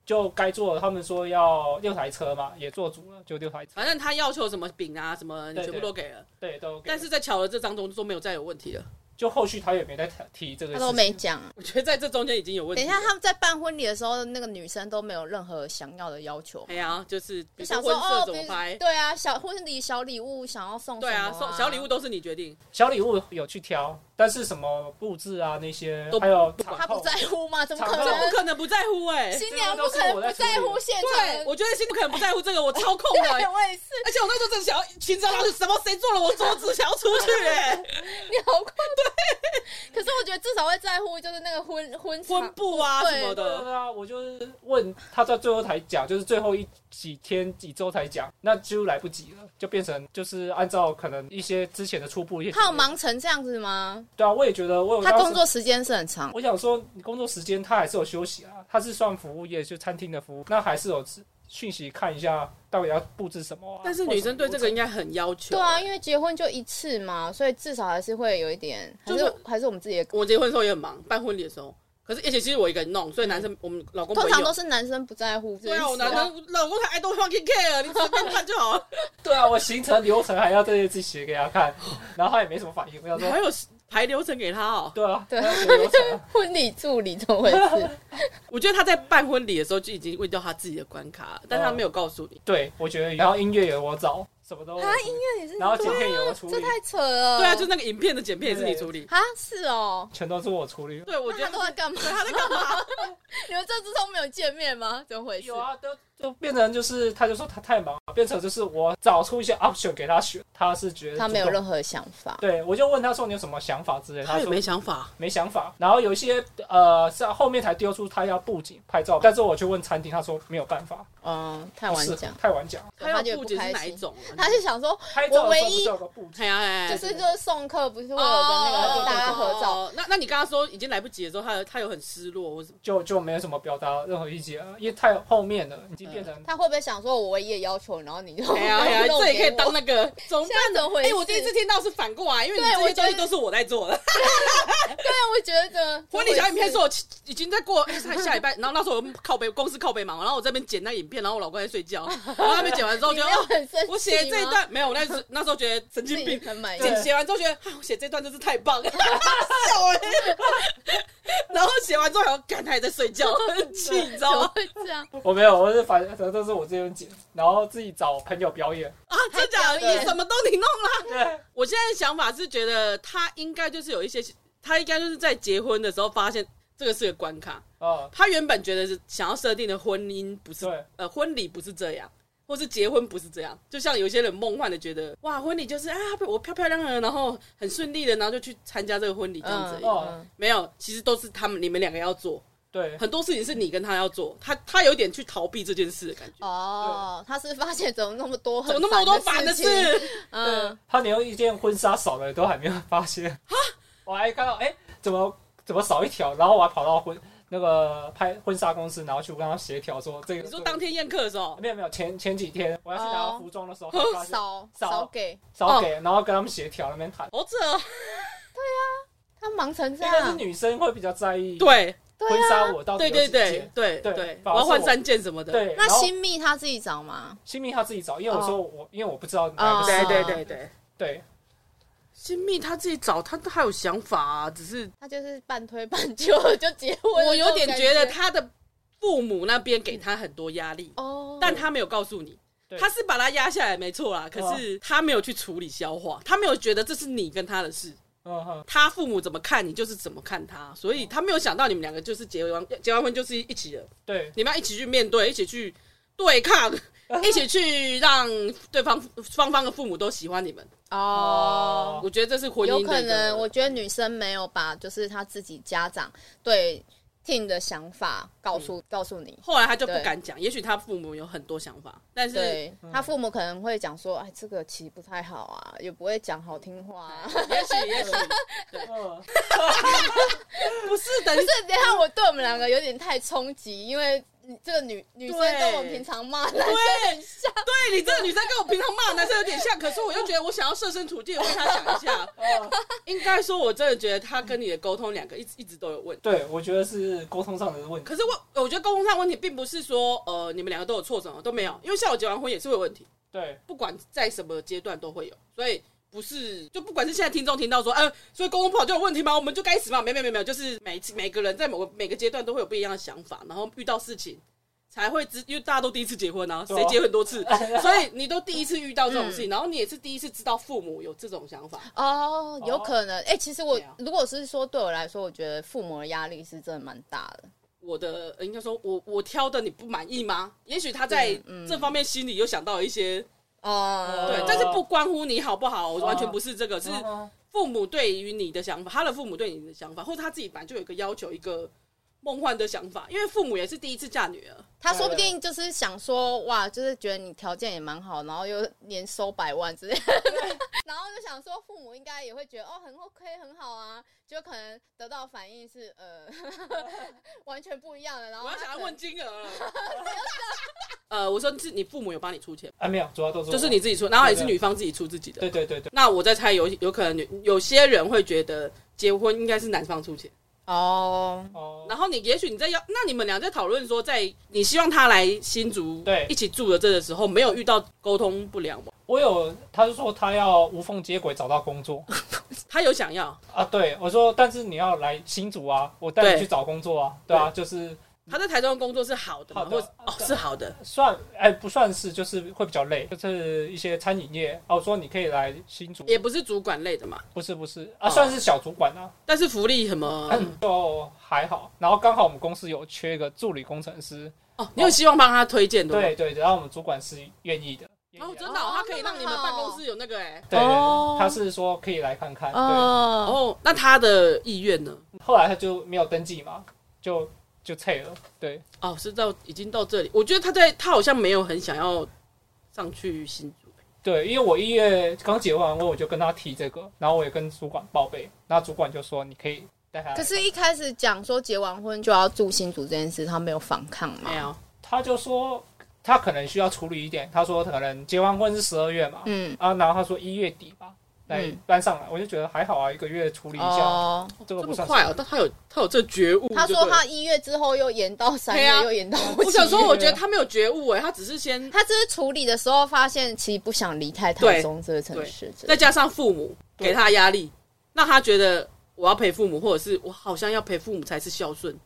就该做的，他们说要六台车嘛，也做足了，就六台车，反正他要求什么饼啊什么，你对全部都给了。对，都 OK。但是在巧了这当中都没有再有问题了。 就后续他也没再提这个他事情，都没讲。啊我觉得在这中间已经有问等题。一下，，他们在办婚礼的时候，那个女生都没有任何想要的要求，哎呀，就是比就如说想婚说摄哦，怎比么如拍，对啊，小婚礼小礼物想要送什对么啊，啊，送小礼物都是你决定。小礼物有去挑，但是什么布置啊那些都，还有不管他不在乎 吗？怎么可场这控不能？可能不在乎哎、啊新娘不可能不在乎现对，场我觉得新不可能不在乎这个，我操控的、 对，我也是， 而且我那时候真的想要裙子要拉去，什么谁坐了我桌子，想要出去哎、 你好快。对，可是我觉得至少会在乎，就是那个婚婚场婚布啊对什么对的，对啊，我就是问他在最后才讲，就是最后一几天几周才讲，那就来不及了，就变成就是按照可能一些之前的初步一些，他有忙成这样子吗？对啊，我也觉得我有他当时工作时间是很长，我想说，你工作时间他还是有休息啊，他是算服务业，就餐厅的服务，那还是有讯息看一下到底要布置什么、啊。但是女生对这个应该很要求。对啊，因为结婚就一次嘛，所以至少还是会有一点，还就是是还是我们自己的。我结婚的时候也很忙，办婚礼的时候，可是而且其实我一个人弄，所以男生我们老公不嗯通会常有都是男生不在乎这对件事啊，啊，我男生老公才 I don't fucking care，你随便看就好了。对啊，我行程流程还要这些自己写给他看，然后他也没什么反应。我想你说 还，有排流程给他哦。对啊，对还要写流程啊婚礼助理怎么 回事？我觉得他在办婚礼的时候就已经问到他自己的关卡了，但他没有告诉你。对，我觉得然后音乐有我找，什么都啊，音乐也是，然后剪片也我处这理，太扯了。对啊，就那个影片的剪片也是你处理。啊，是哦。全都是我处理。对，我觉得那他都在干嘛？他在干嘛？你们这次都没有见面吗？怎么回事有？啊，都就变成就是，他就说他太忙了，变成就是我找出一些 option 给他选，他是觉得他没有主动任何想法。对，我就问他说你有什么想法之类的，他也说没想法，没想法。然后有一些呃是后面才丢出他要布景拍照，但是我去问餐厅，他说没有办法，嗯，太太晚讲。太晚讲。对他他就有也不不解是开哪一心。种啊？他是想说，拍照我的唯时候不一是有个布景，哎呀哎呀，就是就是送客，不是会有个那哦个大家合照。。那那你跟他说已经来不及的时候，他他有很失落，我是就就没有什么表达任何意见了，因为太后面了，已经变成他会不会想说，我唯一的要求，然后你就哎呀哎呀，弄这也可给以我当那个怎么现在办怎呢？么回事？哎，我第一次听到是反过来，因为你对这我些觉东得西都是我在做的。对，啊我觉得婚礼小影片是我已经在过下下礼拜，然后那时候我靠背公司靠背忙，然后我这边剪那影片，然后我老公在睡觉，然后他们剪完之后我觉得没有哦，很生气吗我写这一段没有，那时那时候觉得神自经己病。很满意， 对剪写完之后觉得，啊，我写这段真是太棒了，笑哎、然后写完之后还要干，他还在睡觉，很气，你知怎道么吗？会这样？我没有，我是反正都是我这边剪，然后自己找朋友 表演。啊，真假的，太屌了你什么都你弄啊啦。对，我现在的想法是觉得他应该就是有一些，他应该就是在结婚的时候发现这个是个关卡，啊，他原本觉得是想要设定的婚姻不是对，呃，婚礼不是这样，或是结婚不是这样。就像有些人梦幻的觉得，哇，婚礼就是啊，我漂漂亮亮的，然后很顺利的，然后就去参加这个婚礼这嗯样子而已。哦没有，其实都是他们你们两个要做，对，很多事情是你跟他要做，他他有点去逃避这件事的感觉。哦，他是发现怎么那么多，怎么那么多烦的的事？情？对嗯，，他连一件婚纱少了都还没有发现。我还看到，哎、怎么怎么少一条？然后我还跑到婚那个拍婚纱公司，然后去跟他协调说这个。你说当天宴客的时候，哦没有没有，前前几天我要去拿哦服装的 时候，嗯才发现少少少给少给，然后跟他们协调那边谈。哦，这他忙成这应该是样，女生会比较在意对对婚纱啊。我到底对有几对件对对对对，反我而要是换我三件什么的。对。那然后新密他自己找吗？新密他自己找，哦因为我说我、因为我不知道哪哦个是、对对啊对对，对新密他自己找，他他有想法啊，只是他就是半推半就就结婚了。我有点觉得这种感他的父母那边给他很多压力，哦，但他没有告诉你对。他是把他压下来，没错啦。可是他没有去处理消化，他没有觉得这是你跟他的事，嗯哼，他父母怎么看你就是怎么看他，所以他没有想到你们两个就是结完结完婚就是一起的，对你们要一起去面对，一起去对 抗，一起去让对方双方的父母都喜欢你们。哦。我觉得这是婚姻的有一个可能，我觉得女生没有把就是她自己家长对 Tin 的想法告嗯诉、告诉你，后来他就不对敢讲，也许他父母有很多想法，但是对他父母可能会讲说，哎，这个其实不太好啊，也不会讲好听话、 啊。也许也许嗯，不是等于这等一下我对我们两个有点太冲击，因为你这个女女生对跟我们平常骂 男对生很像，对你这个女生跟我平常骂的男生有点 像，可是我又觉得我想要设身处地地为她想一下。哦应该说，我真的觉得她跟你的沟通两个一直一直都有问题。对，我觉得是沟通上的问题。可是我我觉得沟通上的问题并不是说呃你们两个都有错什么都没有，因为像我结完婚也是会有问题，对，不管在什么阶段都会有，所以。不是，就不管是现在听众听到说，呃，所以沟通不好就有问题吗？我们就该死吗？没有没有没有没有，就是每次每个人在某个每个阶段都会有不一样的想法，然后遇到事情才会知，因为大家都第一次结婚啊，对谁啊结很多次，所以你都第一次遇到这种事情，然后你也是第一次知道父母有这种想法，哦，有哦可能。哎、其实我、对啊如果是说对我来说，我觉得父母的压力是真的蛮大的。我的呃应该说我我挑的你不满意吗？也许他在这方面心里又想到一些哦、对哦，但是不关乎你好不好，完全哦不是这个，是嗯父母对于你的想法，他的父母对你的想法，或者他自己本来就有一个要求，一个梦幻的想法，因为父母也是第一次嫁女儿，他说不定就是想说，哇，就是觉得你条件也蛮好，然后又年收百万之类的， 然后就想说父母应该也会觉得哦，很 OK，很好啊，就可能得到反应是呃 完全不一样哦的。然后我要他想要可能问金额了。呃，我说是你父母有帮你出钱，啊，没有，主要都是就是我你。自己出，然后也是对对女方自己出自己的。对对对对，那我在猜有有可能有有些人会觉得结婚应该是男方出钱。哦，哦，然后你也许你在要，那你们俩在讨论说，在你希望他来新竹对一起住的这个时候，没有遇到沟通不良吗？我有，他就说他要无缝接轨找到工作他有想要，啊。对，我说但是你要来新竹啊，我带对你去找工作啊，对啊，就是他在台中的工作是好的吗？好的或者哦好的是好的，算哎不算是，就是会比较累，就是一些餐饮业啊。我说你可以来新竹，也不是主管类的嘛，不是不是啊，算是小主管啊，但是福利什么、嗯就还好。然后刚好我们公司有缺一个助理工程师，哦，你有希望帮他推荐的吗？对对，然后我们主管是愿意的。愿意哦，的真的、哦哦，他可以让你们那么办好公室有那个哎、对对哦对，他是说可以来看看。对，哦，哦，那他的意愿呢？后来他就没有登记嘛，就就退了。对，哦，是到已经到这里，我觉得他在他好像没有很想要上去新竹，欸对，因为我一月刚结完婚，我就跟他提这个，然后我也跟主管报备，那主管就说你可以带他来。可是，一开始讲说结完婚就要住新竹这件事，他没有反抗嘛没？有，他就说他可能需要处理一点，他说可能结完婚是十二月嘛，嗯，啊，然后他说一月底吧。来嗯搬上来，我就觉得还好啊，一个月处理一下，哦，这个这不么算快什哦么，但他有他有这觉悟就对了，他说他一月之后又延到三对啊月，又延到我想说，七月我觉得他没有觉悟哎、他只是先他只是处理的时候发现，其实不想离开台中这个城市，再加上父母给他的压力，让他觉得我要陪父母，或者是我好像要陪父母才是孝顺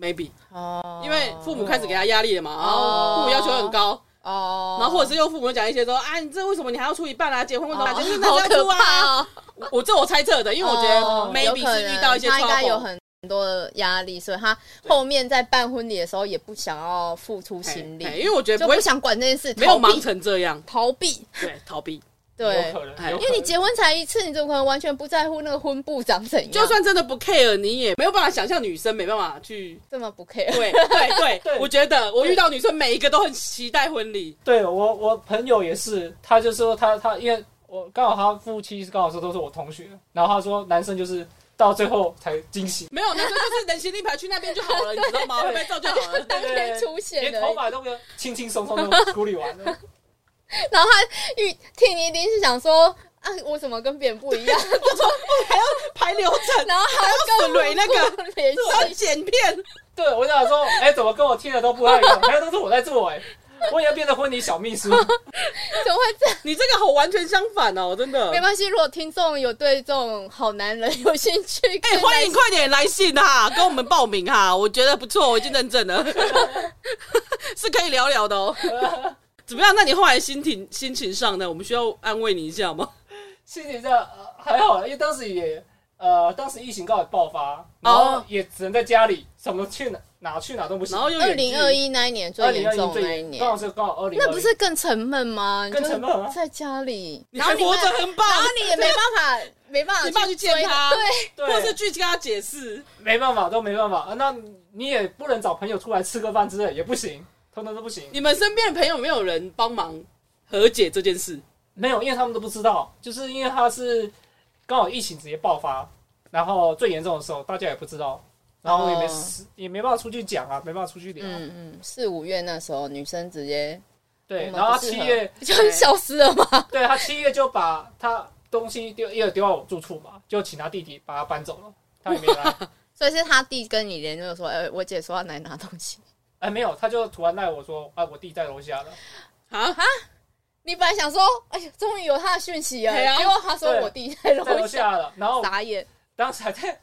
，maybe，哦，因为父母开始给他压力了嘛，然后哦父母要求很高，哦，然后或者是又父母讲一些说啊，你这为什么你还要出一半啊？结婚为什么还哦 就是好那这样可出啊？怕哦，我我这我猜测的，因为我觉得哦 maybe 有可是能遇到一些他应该有 trouble，很多的压力，所以他后面在办婚礼的时候也不想要付出心嘿力，嘿因为我觉得就不会不想管这件事，没有逃避忙成这样，逃避，对，逃 避。对有。可能，哎有可因为你能结婚才一次，你怎么可能完全不在乎那个婚部长怎样？就算真的不 care，你也没有办法想象女生没办法去这么不 care， 对对对，对我觉得我遇到女生每一个都很期待婚礼，对我，我朋友也是，他就说他他，因为我刚好他夫妻刚好说都是我同学，然后他说男生就是到最后才惊喜，没有男生就是人形立牌去那边就好了，你知道 吗？会被照就好了。当天出现连的，头发都没有轻轻松松的处理完了。 然后他遇听一定是想说啊，我怎么跟别人不 一样？排流程， 然后还要跟蕊那个个联 然后系，剪片，对，我想说，哎、怎么跟我听的都不太一样？还有都是我在做、哎，我也要变成婚礼小秘书。怎么会这样？你这个好完全相反哦，真的 没。关系，如果听众有对这种好男人有兴趣，哎、欢迎快点来信 哈，跟我们报名哈，我觉得不错，我已经认证了，是可以聊聊的哦。怎么样？那你后来心情心情上呢？我们需要安慰你一下吗？心情上、呃、还好啦，因为当时也呃，当时疫情刚好爆发，然后哦也只能在家里，什么去哪哪去哪都不行。然后又二远距零二，一那一年二最零严二重一的那一最年刚，好是刚好二零，那不是更沉闷吗？你就更沉闷啊在家里，你然后还你活们着很棒，然后你也没办法，没办你爸法去追见他对，对或是去跟他解释。没办法，都没办法。啊那你也不能找朋友出来吃个饭之类，也不行，通通都不行。你们身边的朋友没有人帮忙和解这件事？没有，因为他们都不知道，就是因为他是刚好疫情直接爆发，然后最严重的时候大家也不知道，然后我也没、哦也没办法出去讲啊，没办法出去聊。嗯嗯，四五月那时候女生直接对，我们然后他不适七合月，就消失了嘛，对他七月就把他东西丢，也有丢到我住处嘛，就请他弟弟把他搬走了，他也没来。所以是他弟跟你联络说，哎、我姐说要来拿东西，哎，没有，他就突然赖我说，啊，我弟在楼下了。啊，你本来想说，哎呀，终于有他的讯息了，对啊结果他说对我弟在在楼楼下，下了，然后傻眼，当时还在，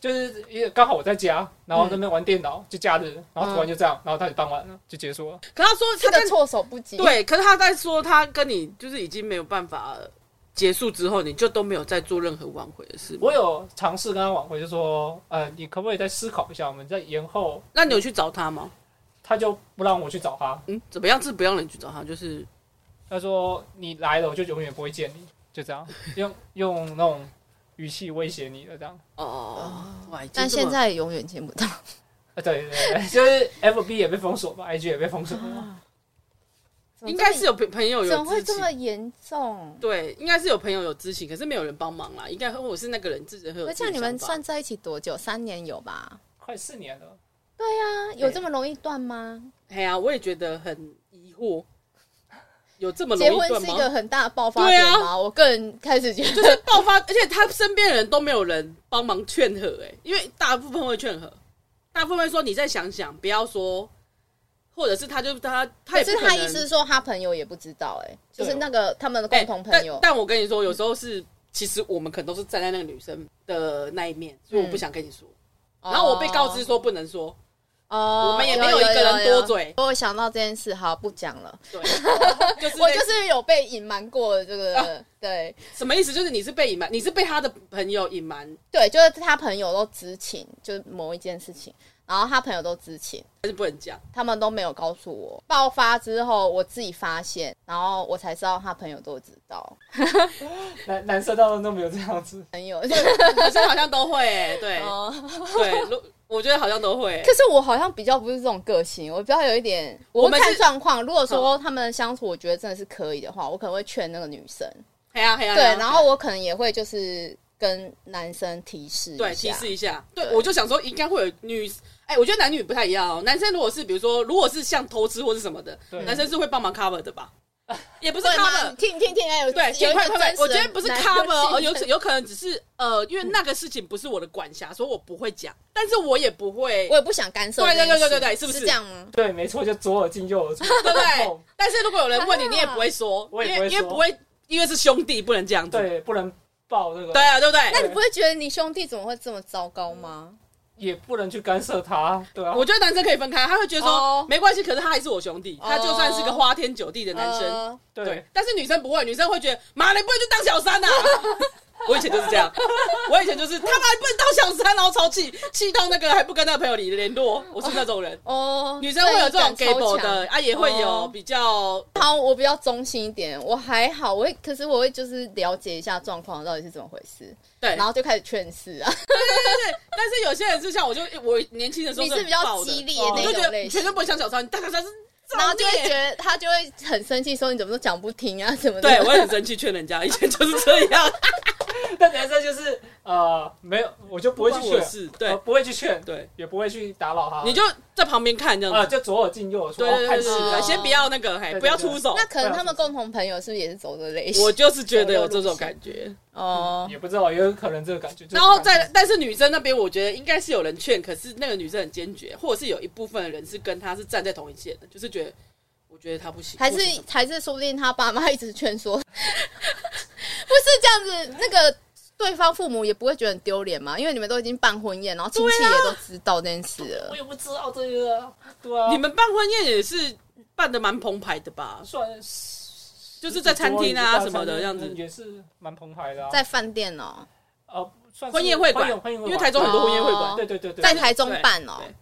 就是因为刚好我在家，然后在那边玩电脑，就假日，然后突然就这样，然后他就搬完了，就结束了。可他说这他在个措手不及，，对，可是他在说他跟你就是已经没有办法结束之后，你就都没有再做任何挽回的事吗。我有尝试跟他挽回，就说，呃，你可不可以再思考一下，我们再延后？那你有去找他吗？他就不让我去找他，嗯，怎么样是不让你去找他？就是他说你来了，我就永远不会见你，就这样，用用那种语气威胁你的这样。哦，哇已经但这么现在永远见不到，啊，对对对对，就是 F B 也被封锁吧，IG 也被封锁啊了。 应该是有朋朋友怎有么会知哦这情，么严重？对，应该是有朋友有知情，可是没有人帮忙啦。应该或者是那个人自己很有而自己且你们想法算在一起多久？三年有吧？快四年了，对啊，有这么容易断吗？哎呀，我也觉得很疑惑，有这么容结易婚断是一个吗？很大的爆发点对啊吗？我个人开始觉得，就是爆发，而且他身边的人都没有人帮忙劝和、哎，因为大部分会劝和，大部分会说你再想想，不要说，或者是他就他 他也可不是可他能意思是说他朋友也不知道、哎，就对是那个他们的哎共同朋友但。但我跟你说，有时候是其实我们可能都是站在那个女生的那一面，所以我嗯不想跟你说。然后我被告知说不能说，哦，我们也没有一个人多嘴 有有有我想到这件事，好不讲了。对，就是啊我类似就是有被隐瞒过的这个，对什么意思？就是你是被隐瞒，你是被他的朋友隐瞒，对，就是他朋友都知情，就是某一件事情，然后他朋友都知情，还是不能 讲？他们都没有告诉我。爆发之后，我自己发现，然后我才知道他朋友都知道，男男生当中都没有这样子。朋友。可是好像都会、哎对哦，对，如我觉得好像都 会、哎可是我好像比较不是这种个性，我比较有一点，我我们会是看状况。如果说他们的相处，我觉得真的是可以的话，我可能会劝那个女生。嘿呀嘿呀，对嘿呀，然后我可能也会就是跟男生提示一对下提示一下，对对我就想说应该会有女，哎、我觉得男女不太一样哦。男生如果是比如说如果是像偷吃或是什么的，对男生是会帮忙 cover 的 吧？也不是会吗 cover，你听听听，哎，有对，有一快个快快！真实的我觉得不是男 cover，哦性有有可能只是呃，因为那个事情不是我的管辖，所以我不会讲，但是我也不会我，也不想干涉这对件对事。对对对对是是不是这样吗？对，没错，就左耳进右耳出， 对不对哦？但是如果有人问你，啊你也不会说，我也因为因为不不会，因为是兄弟，不能这样子，对，不能爆那个，对，啊，对不对那？你不会觉得你兄弟怎么会这么糟糕吗？也不能去干涉他，对啊。我觉得男生可以分开，他会觉得说哦没关系，可是他还是我兄弟，他就算是个花天酒地的男生，呃对，，但是女生不会，女生会觉得妈，你不能去当小三呐。啊 我以前就是这样，我以前就是他妈你不能当小三，然后超气，气到那个还不跟那个朋友联联络，我是那种人。哦，女生会有这种 gay 正义感 b 超 o 的强。啊，也会有哦比较。好，我比较中性一点，我还好，我会，可是我会就是了解一下状况到底是怎么回事，对，然后就开始劝世啊。但是有些人是像我就，我年轻的时候你是很比较暴的激烈哦我就那觉种得类你型全，都不会像小三，你大小三是造孽，然后就会觉得他就会很生气，说你怎么都讲不听啊什么的。对我也很生气，劝人 家以前就是这样， 但男生就是呃，没有，我就不会去关我劝，事，呃对不会去劝，对，也不会去打扰他，你就在旁边看这啊，样子，就左耳进右耳出，对哦对看对戏对啊对，先不要那个，嘿，对对不要出手那。可能他们共同朋友是不是也是走的类型？我就是觉得有这种感觉，哦，也不知道，也有可能这个感觉。就是然后感觉再，但是女生那边，我觉得应该是有人劝，可是那个女生很坚决，或者是有一部分的人是跟她是站在同一线的，就是觉得我觉得她不行，还或什么是还是说不定他爸妈一直劝说， 不是这样子，那个对方父母也不会觉得很丢脸嘛，因为你们都已经办婚宴，然后亲戚啊也都知道这件事我了。也不知道这个啊，对啊，你们办婚宴也是办的蛮澎湃的吧？算就是在餐厅啊什么的这样子嗯也是蛮澎湃的啊。在饭店哦、呃，算是婚宴会馆，婚宴会因为台中很多婚宴会馆哦，对对对对，在台中办哦、对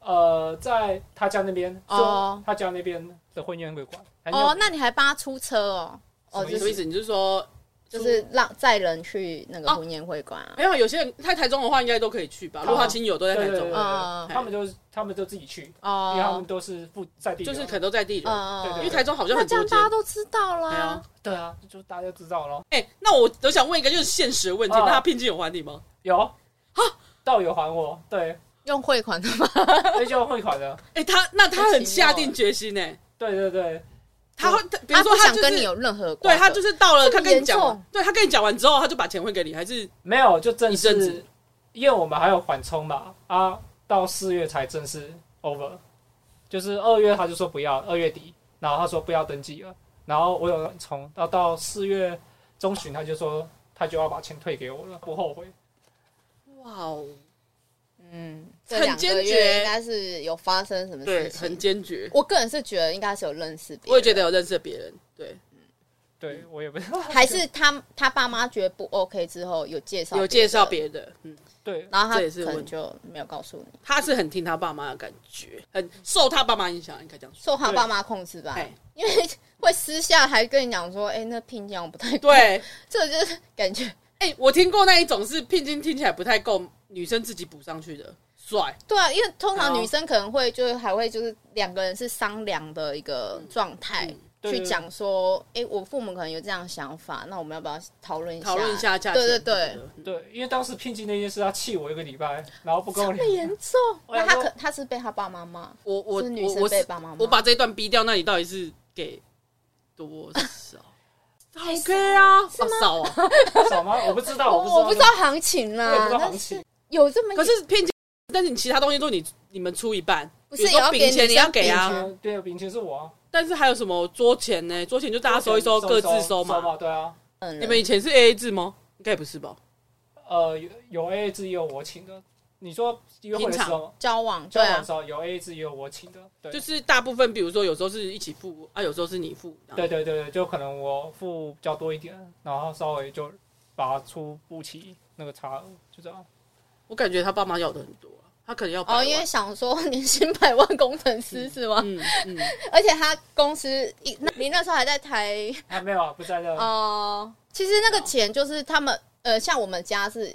呃，在他家那边，哦就他家那边的婚宴会馆。很有哦，那你还帮他出车哦、哦，什对就什么意是思？你就是说，就是让载人去那个哦婚宴会馆啊。没有有些人在台中的话，应该都可以哦去吧？如果他亲友都在台对对中对，嗯对他们都是他们都自己去，因为他们哦，都是附在地就人，是可能都在地人，嗯对对因对为台中好像那很这多样间大。家都知道对啦啊。对啊，就大家知道咯。哎，那我我想问一个就是现实的问题，啊哦那他聘金有还你吗？有道友还我，对，用汇款的吗？那就汇款了。哎、他那他很太奇妙下了定决心呢、对对对，他会，他比如哦他说不他想就是跟你有任何瓜对葛他就是到了，这他么跟你严讲完重，对他跟你讲完之后，他就把钱汇给你，还是没有就正一阵子式，因为我们还有缓冲嘛，啊，到四月才正式 over，就是二月他就说不要，二月底，然后他说不要登记了，然后我有缓冲，到到四月中旬他就说他就要把钱退给我了，不后悔。哇哦，嗯，这很两坚个决月应该是有发生什么对事，很情。坚决。我个人是觉得应该是有认识别人，我也觉得有认识的别人，对，对我也不 知道，还哦是他他爸妈觉得不 OK 之后有介绍有介绍别人，别的，嗯，对然后他这也是可问能题就没有告诉你，他是很听他爸妈的感觉，很受他爸妈影响，应该这样说。受他对爸妈控制吧哎，因为会私下还跟你讲说，哎，那聘金我不太，对， 这就是感觉哎、我听过那一种是聘金听起来不太够，女生自己补上去的，帅，对啊，因为通常好女生可能会就是还会就是两个人是商量的一个状态。嗯对去讲说，哎、我父母可能有这样的想法，那我们要不要讨论一下？讨论一下价钱，对对对，，对，因为当时聘金那件事，他气我一个礼拜，然后不 跟我被聊。严重。我那想他说可他是被他爸妈骂，我我是女我生我被是爸妈骂。我把这一段逼掉，那你到底是给多 少？OK 啊，啊少啊，少吗？我不知道，我我哦我不不知知道道行情那，我也不啦，知道行但情是。有这么可是聘金，但是你其他东西都你你们出一半，不比是如也说要饼给钱女你生要给啊饼嗯对，饼钱是我啊，但是还有什么桌钱呢？桌钱就大家收一收，收各自收嘛。对啊，嗯，你们以前是 A A 制吗？应该也不是吧？呃，有有 A A 制也有我请的。你说约会的时候，交往交对往的啊，时候有 A A 制也有我请的，对就，是大部分，比如说有时候是一起付啊，有时候是你付。这样对对对对，就可能我付比较多一点，然后稍微就把它出不起那个差额，就这样。我感觉他爸妈要的很多啊，他可能要百哦，万因为想说年薪百万工程师是吗？嗯 嗯，而且他公司一，那你那时候还在台啊，没 有啊，不在嗯这。哦，其实那个钱就是他们呃，像我们家是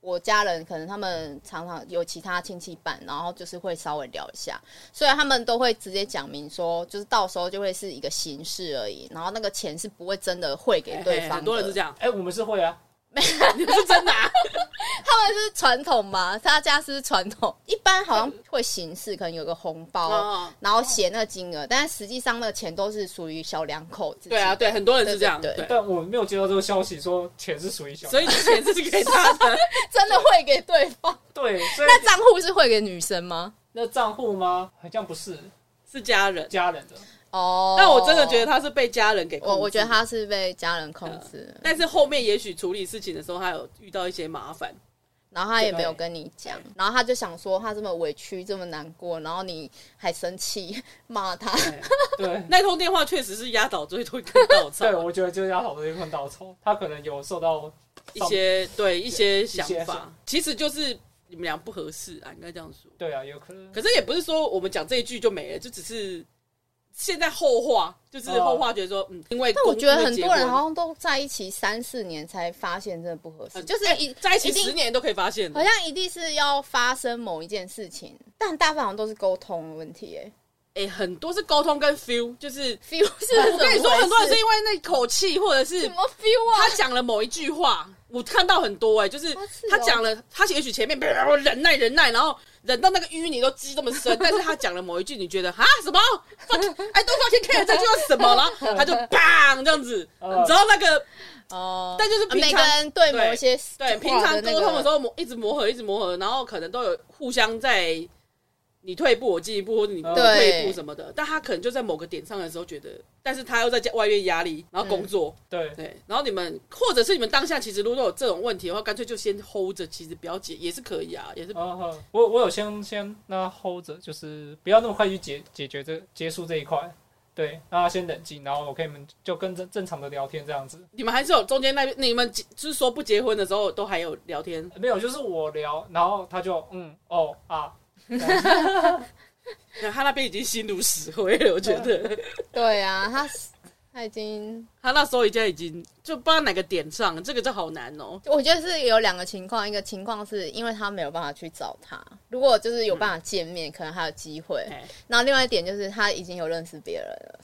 我家人，可能他们常常有其他亲戚办，然后就是会稍微聊一下，所以他们都会直接讲明说，就是到时候就会是一个形式而已，然后那个钱是不会真的汇给对嘿嘿方的。很多人是这样， 哎、我们是会啊，你是真的啊？ 他们是传统嘛，他家是传统， 一般好像会形式，可能有个红包，哦然后写那个金额，但是实际上那个钱都是属于小两口自己。对啊，对，很多人是这样，对对对，但我没有接到这个消息说钱是属于小孩。所以钱是给他的，真的汇给对方。对，所 以那账户是汇给女生吗？那账户吗？好像不是是家人。家人 的。 哦，但我真的觉得他是被家人给控制我我觉得，他是被家人控制，但是后面也许处理事情的时候，他有遇到一些麻烦，，然后他也没有跟你讲，然后他就想说他这么委屈，这么难过，然后你还生气 骂他，对 哎那通电话确实是压倒最后一根稻草 对，，我觉得就是要讨论一份稻草，他可能有受到一些对一些想一些法想，其实就是你们俩不合适啊，应该这样说。对啊，有可能。可是也不是说我们讲这一句就没了，就只是现在后话，就是哦后话觉得说，嗯，因为但我觉得很多人好好像都在一起三四年才发现真的不合适，像就是一嗯哎在一起一定十年都可以发现好的。像一定是要发生某一件事情，但大部分好像都是沟通的问题，哎哎，很多是沟通跟 feel，就是，feel 是我跟你说，很多人是因因为那口气，或者是什么 feel 啊他？讲了某一句话，我看到很多哎、就是啊是哦他讲了，他也许前面忍耐忍耐，然后忍到那个淤泥都积这么深，但是他讲了某一句，你觉得啊什么？ 哎，多少钱 care 这句话什么？然后他就 bang 这样子，嗯你知道那个哦，但就是平常每个人对某一些对平常沟通的时候，候磨一直磨合，一直磨合，然后可能都有互相在你退一步我进一步，或者你对退一步什么的，但他可能就在某个点上的时候觉得，但是他又在家外面压力，然后工作。对，对，然后你们或者是你们当下其实如果有这种问题的话，干脆就先 hold 着，其实不要解也是可以啊，也是嗯哼，我我有先先那 hold 着，就是不要那么快去解解决这结束这一块，对，让他先冷静，然后我可以们就跟正正常的聊天这样子。你们还是有中间那边你们结就是说不结婚的时候都还有聊天，没有，就是我聊，然后他就嗯哦啊， 那他那边已经心如死灰了，我觉得对啊，他是他已经 他那时候已经已经就不知道哪个点上，这个就好难哦。我觉得是有两个情况，一个情况是因为他没有办法去找他，如果就是有办法见面，可能还有机会。哎，然后另外一点就是他已经有认识别人了，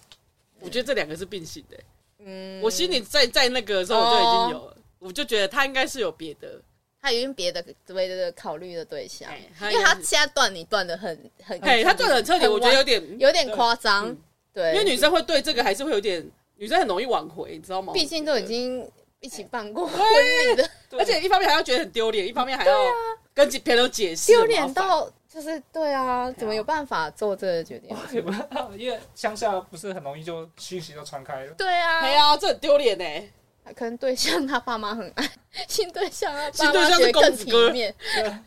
我觉得这两个是并行的、嗯，哦我心里在在那个的时候我就已经有了，我就觉得他应该是有别的，他他已经别的别的考虑的对象，哎因为他现在断你断的很很，哎，他断的很彻底，我觉得有点，嗯有点夸张，对，因为女生会对这个还是会有点，女生很容易挽回，你知道吗？毕竟都已经一起办过婚礼 的，而且一方面还要觉得很丢脸，一方面还要跟别人解释，啊丢脸很麻烦到啊就是对啊，怎么有办法做这个决定？ 因为乡下不是很容易就讯息就传开了。对啊，哎呀，这很丢脸哎。可能对象他爸妈很爱，新对象他新爸对妈象觉是得更公子体哥面，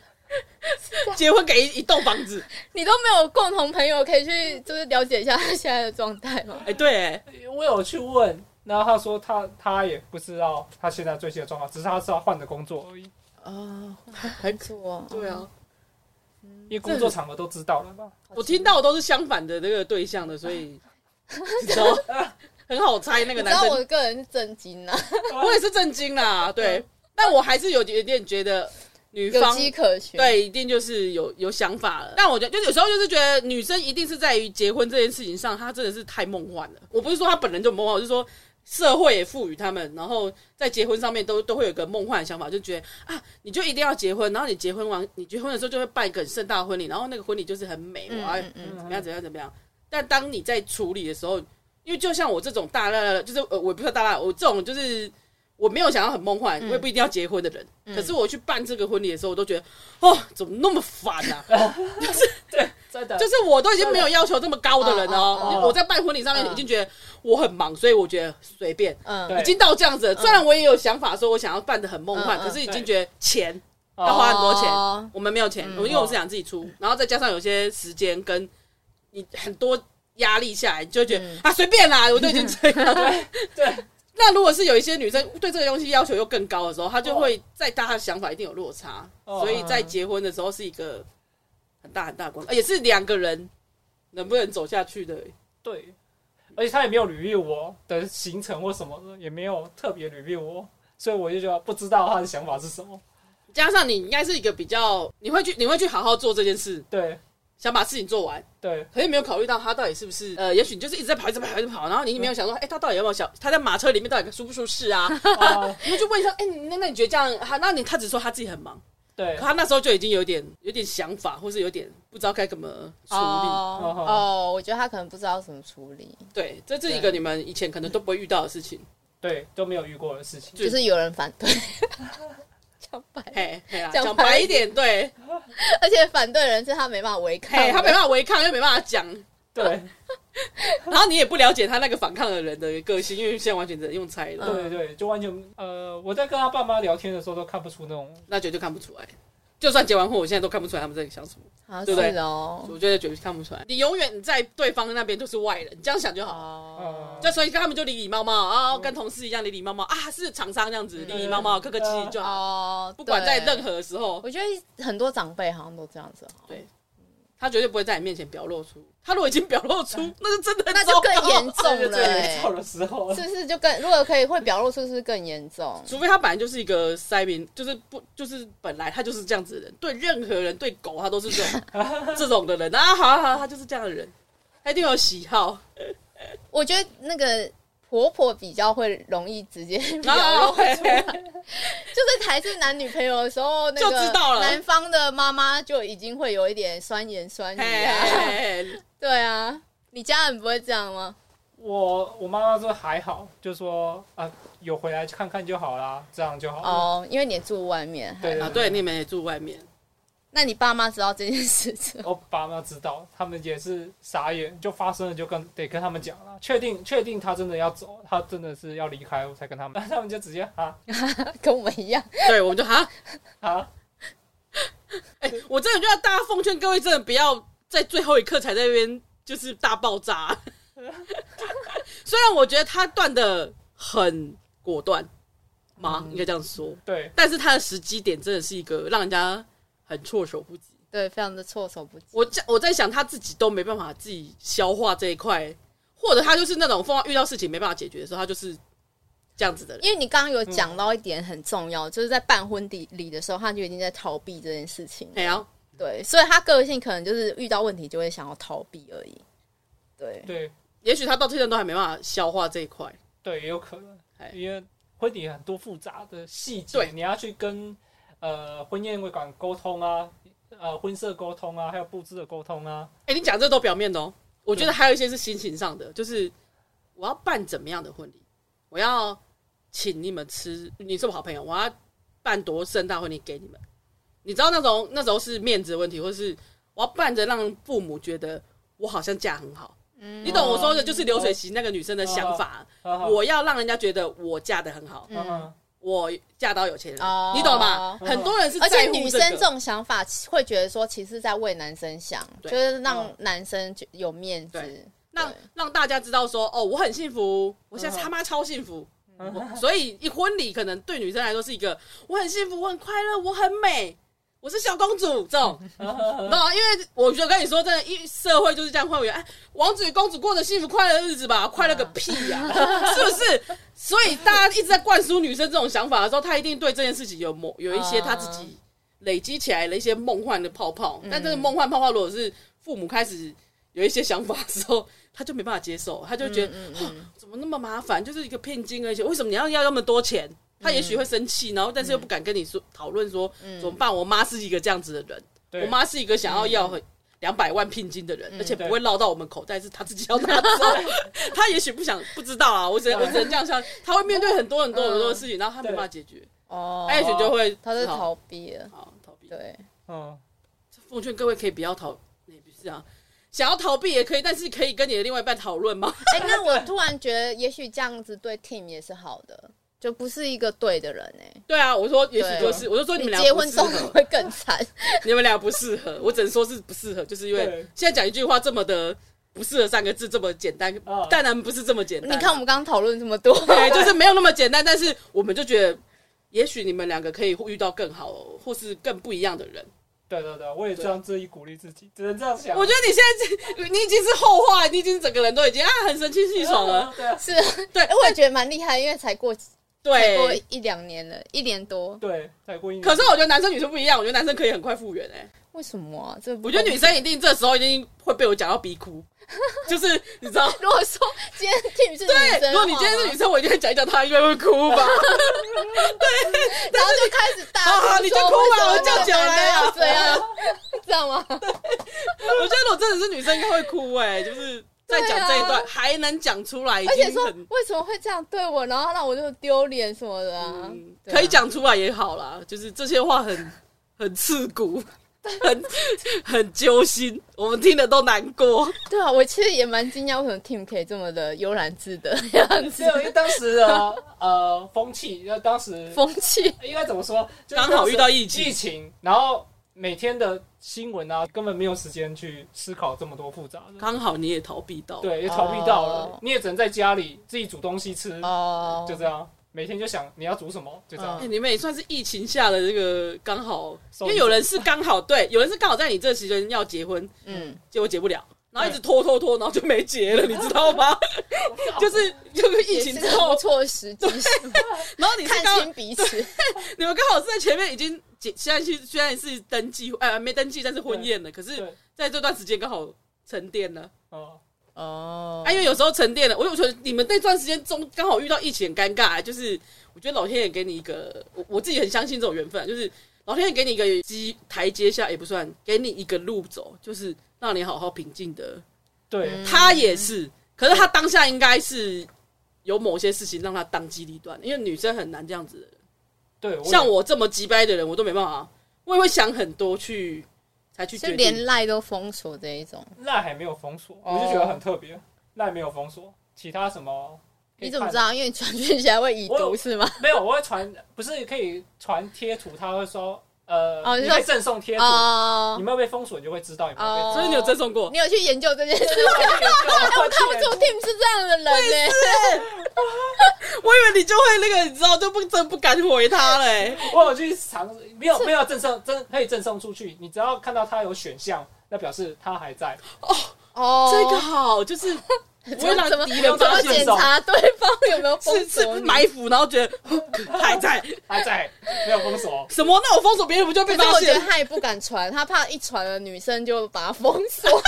啊结婚给一一栋房子，你都没有共同朋友可以去就是了解一下他现在的状态吗？哎，对， 哎我有去问，然后他说他他也不知道他现在最新的状况，只是他知道换的工作而已，啊，还做对啊，因为工作场合都知道了嘛。我听到的都是相反的那个对象的，所 以你知道很好猜那个你知男道生我个人是震惊啊， 我也是震惊啦，对，但我还是有有点觉得女嗯有方迹可循。，对一定就是有有想法了。但我觉得，就有时候就是觉得女生一定是在于结婚这件事情上，她真的是太梦幻了。我不是说她本人就梦幻，我是说。社会也赋予她们，然后在结婚上面都都会有个梦幻的想法，就觉得啊，你就一定要结婚，然后你结婚完，你结婚的时候就会办一个很盛大的婚礼，然后那个婚礼就是很美，我嗯要嗯嗯，怎么样怎么样怎么样。但当你在处理的时候，因为就像我这种大大的，就是呃，我也不是大大，我这种就是我没有想要很梦幻，嗯我也不一定要结婚的人。嗯可是我去办这个婚礼的时候，我都觉得哦，怎么那么烦 啊！真的就是我都已经没有要求这么高的人了哦哦哦。哦我在办婚礼上面嗯已经觉得我很忙，所以我觉得随便，嗯对已经到这样子了。虽然我也有想法说我想要办的很梦幻，嗯嗯可是已经对觉得钱要要花很多钱哦我们没有钱，嗯我因为我是想自己出，然后再加上有些时间跟你很多压力下来，你就会觉得、嗯啊随便啦，我都已经这样。 对，那如果是有一些女生对这个东西要求又更高的时候，她就会在大家的想法一定有落差，哦所以在结婚的时候是一个很大很大的关，也是两个人能不能走下去的。对，而且他也没有 review 我的行程或什么的，也没有特别 review 我，所以我就觉得不知道他的想法是什么。加上你应该是一个比较，你会去你会去好好做这件事，对想把事情做完，对可是没有考虑到他到底是不是呃，也许你就是一直在跑，一直跑，一直跑，然后你没有想说，哎、他到底有没有想他在马车里面到底舒不舒适 啊？啊， 你们就问一下，哎、那那你觉得这样，他那你他只说他自己很忙，对可，他那时候就已经有点有点想法，或是有点不知道该怎么处理。哦哦哦，我觉得他可能不知道怎么处理，对，这是一个你们以前可能都不会遇到的事 情。对都没有遇过的事情。对就是有 人反对，讲白，嘿，嘿啦，讲讲白白一一点，对，而且反对的人是他没办法违抗嘿，的，他没办法违抗，又没办法讲，对然后你也不了解他那个反抗的人的个性，因为现在完全只能用猜嗯的，对对，就完全呃，我在跟他爸妈聊天的时候都看不出那种那绝对看不出来。就算结完婚，我现在都看不出来他们在想什么，啊，对不对是哦，我觉得绝对看不出来。你永远在对方那边都是外人，你这样想就好了。呃哦嗯就所以他们就礼礼貌貌啊、跟同事一样礼礼貌貌啊，是厂商这样子嗯礼礼貌貌，客客气气就好，哦，不管在任何，何时候，我觉得很多长辈好像都这样子哦，对他绝对不会在你面前表露出。他如果已经表露出，那是真的很嗯那就糟更糕严这就重了、最严欸重，的时候了。是不是就更如果可以会表露出，是不是更严重？除非他本来就是一个塞宾，就是不就是本来他就是这样子的人，对任何人对狗他都是这 种这种的人啊，好啊好啊，他就是这样的人，他一定有喜 好，我觉得那个婆婆比较会容易直接然表后露，就是还是男女朋友的时候，那就知道了个男方的妈妈就已经会有一点酸言酸语嘿啊，嘿嘿对啊。你家人不会这样吗？我我妈妈说还好，就说啊有回来看看就好啦，这样就好了。哦，因为你住外面，对啊，对，你们也住外面，那你爸妈知道这件事 情？我爸妈知道，他们也是傻眼，就发生了就跟得跟他们讲了，确定确定他真的要走，他真的是要离开，我才跟他们， 他们就直接啊跟我们一样， 对，我们就哈，啊，哎、我真的觉得大家奉劝各位，真的不要在最后一刻才在那边就是大爆炸。 虽然我觉得他断的很果断吗？应该这样说，对但是他的时机点真的是一个让人家很措手不及。对，非常的措手不及。我在我在想，他自己都没办法自己消化这一块，或者他就是那种碰到遇到事情没办法解决的时候，他就是这样子的人。因为你刚刚有讲到一点很重要，就是在办婚礼礼的时候，他就已经在逃避这件事情了。哎呀，对，所以他个性可能就是遇到问题就会想要逃避而已。对，对也许他到现在都还没办法消化这一块。对，也有可能哎，因为婚礼很多复杂的细节对，你要去跟呃婚宴会馆沟通啊，呃婚摄沟通啊，还有布置的沟通啊。哎、你讲这都表面的哦，我觉得还有一些是心情上的，就是我要办怎么样的婚礼，我要请你们吃，你是我好朋友，我要办多盛大婚礼给你们。你知道那种那时候是面子的问题，或是我要办着让父母觉得我好像嫁很好，嗯哦你懂我说的，就是流水席那个女生的想法，啊哈哈我嗯要让人家觉得我嫁的很好，嗯哈哈我嫁到有钱人，哦你懂吗？嗯很多人是在而乎且女这生个这种想法会觉得说，其实在为男生想，就对是让嗯男生觉有面子。对让对让大家知道说，哦，我很幸福，我现在他妈超幸福。嗯我所以一婚礼可能对女生来说是一个我很幸福，我很快乐，我很美，我是小公主这种。然后因为我就跟你说，真的，一社会就是这样会有哎，王子与公主过着幸福快乐的日子吧，快乐个屁呀、是不是？所以大家一直在灌输女生这种想法的时候，她一定对这件事情有某有一些她自己累积起来的一些梦幻的泡泡。但这个梦幻泡泡，如果是父母开始有一些想法之后，他就没办法接受，他就觉得、嗯嗯哦，怎么那么麻烦，就是一个骗金，而且为什么你要要那么多钱？他也许会生气，然后但是又不敢跟你嗯说讨论说怎么办。我妈是一个这样子的人，对我妈是一个想要要嗯很两百万聘金的人，而且不会落到我们口袋，是她自己要拿走。她也许不想，不知道啊，我只能我只能这样想，她会面对很多很多很多的事情，然后她没办法解决，哎哦，她也许就会他是只好逃避了，好逃 避。对，嗯，奉劝各位可以不要逃，也不是啊，想要逃避也可以，但是可以跟你的另外一半讨论吗？哎、那我突然觉得，也许这样子对 Tim 也是好的，就不是一个对的人哎、对啊，我说也许就是，我就说你们你俩结不婚适之后合会更惨， 你们俩不适合，我只能说是不适合，就是因为对现在讲一句话这么的不适合三个字这么简单啊，当然不是这么简单。你看我们刚刚讨论这么多，对，就是没有那么简单，但是我们就觉得，也许你们两个可以遇到更好或是更不一样的人。对对对，我也这样自己鼓励自己，只能这样想。啊我觉得你现在你已经是后话，你已经整个人都已经啊很神清气爽了。。 对啊，是， 对哎，我也觉得蛮厉害，因为才过才过对，一两年了，一年多，对，再过一年。可是我觉得男生女生不一样，我觉得男生可以很快复原哎、为什么啊？这我觉得女生一定这时候一定会被我讲到逼哭，就是你知道。如果说今天 Tim 是女对，生，如果你今天是女，生，我一定会讲一讲，她应该会哭吧？ 然后就开始大好好说你就哭吧为什么我叫酒来啊 那个男的要这样，这样吗？我觉得我真的是女生，应该会哭哎、就是在讲这一对段、啊还能讲出来，已而且经说嗯很为什么会这样对我，然后让我就丢脸什么的啊嗯，对啊可以讲出来也好啦，就是这些话很很刺 骨，很很揪心，我们听了都难过。对啊，我其实也蛮惊讶，为什么 Tim 可以这么的悠然自得这样只子有因为当时的呃风气，就当时风 气，应该怎么说？就是刚好遇到疫当时情疫情，然后每天的新闻啊，根本没有时间去思考这么多复杂的。刚好你也逃避到，，啊对，也逃避到了，哦你也只能在家里自己煮东西吃，哦，就这样。每天就想你要煮什么，就这样。哎、你们也算是疫情下的这个刚好，因受为有人是刚好对，有人是刚好在你这期间要结婚，嗯，结果结不了。然后一直拖拖拖，然后就没结 了，你知道吗？就是就是疫情之后也是个不，错的时机，是吗然 后你是看刚清彼此，你们刚好是在前面已经结，现在是虽然是登记，呃，没登记，但是婚宴了。可是对，在这段时间刚好沉淀了。哦，哦啊，因为有时候沉淀了，我有觉得你们那段时间中刚好遇到疫情，很尴尬、就是我觉得老天爷给你一个，我我自己很相信这种缘分啊、就是老天爷给你一个机台阶下也不算，给你一个路走，就是让你好好平静的。对，他也是，可是他当下应该是有某些事情让他当机立断，因为女生很难这样子的人。对，我像也我这么急掰的人，我都没办法，我也会想很多去才去就决定。连赖都封锁这一种，赖还没有封锁，哦我就觉得很特别。赖没有封锁，其他什么？你怎么知？啊道？因为你传讯息还会已我读有是吗？没有，我会传，不是可以传贴图，他会说，呃，哦你你说会赠送贴图，你哦，们有被封锁，你就会知道有没有被哦所以你有赠送过？你有去研究这 件事？我看不出 Tim 是这样的人呢，我以为你就会那个，你知道就不真不敢回他嘞、 我有去尝试，没有没有赠送，真可以赠送出去。你只要看到他有选项，那表示他还在。哦，这个好， 就是不会让怎么敌怎人怎发么现检查对方有没有封是锁是你？埋伏，然后觉得 呵还在还在，没有 封锁。什么？那我封锁别人不就可被是发我觉得现？他也不敢传，他怕一传了女生就把他封锁。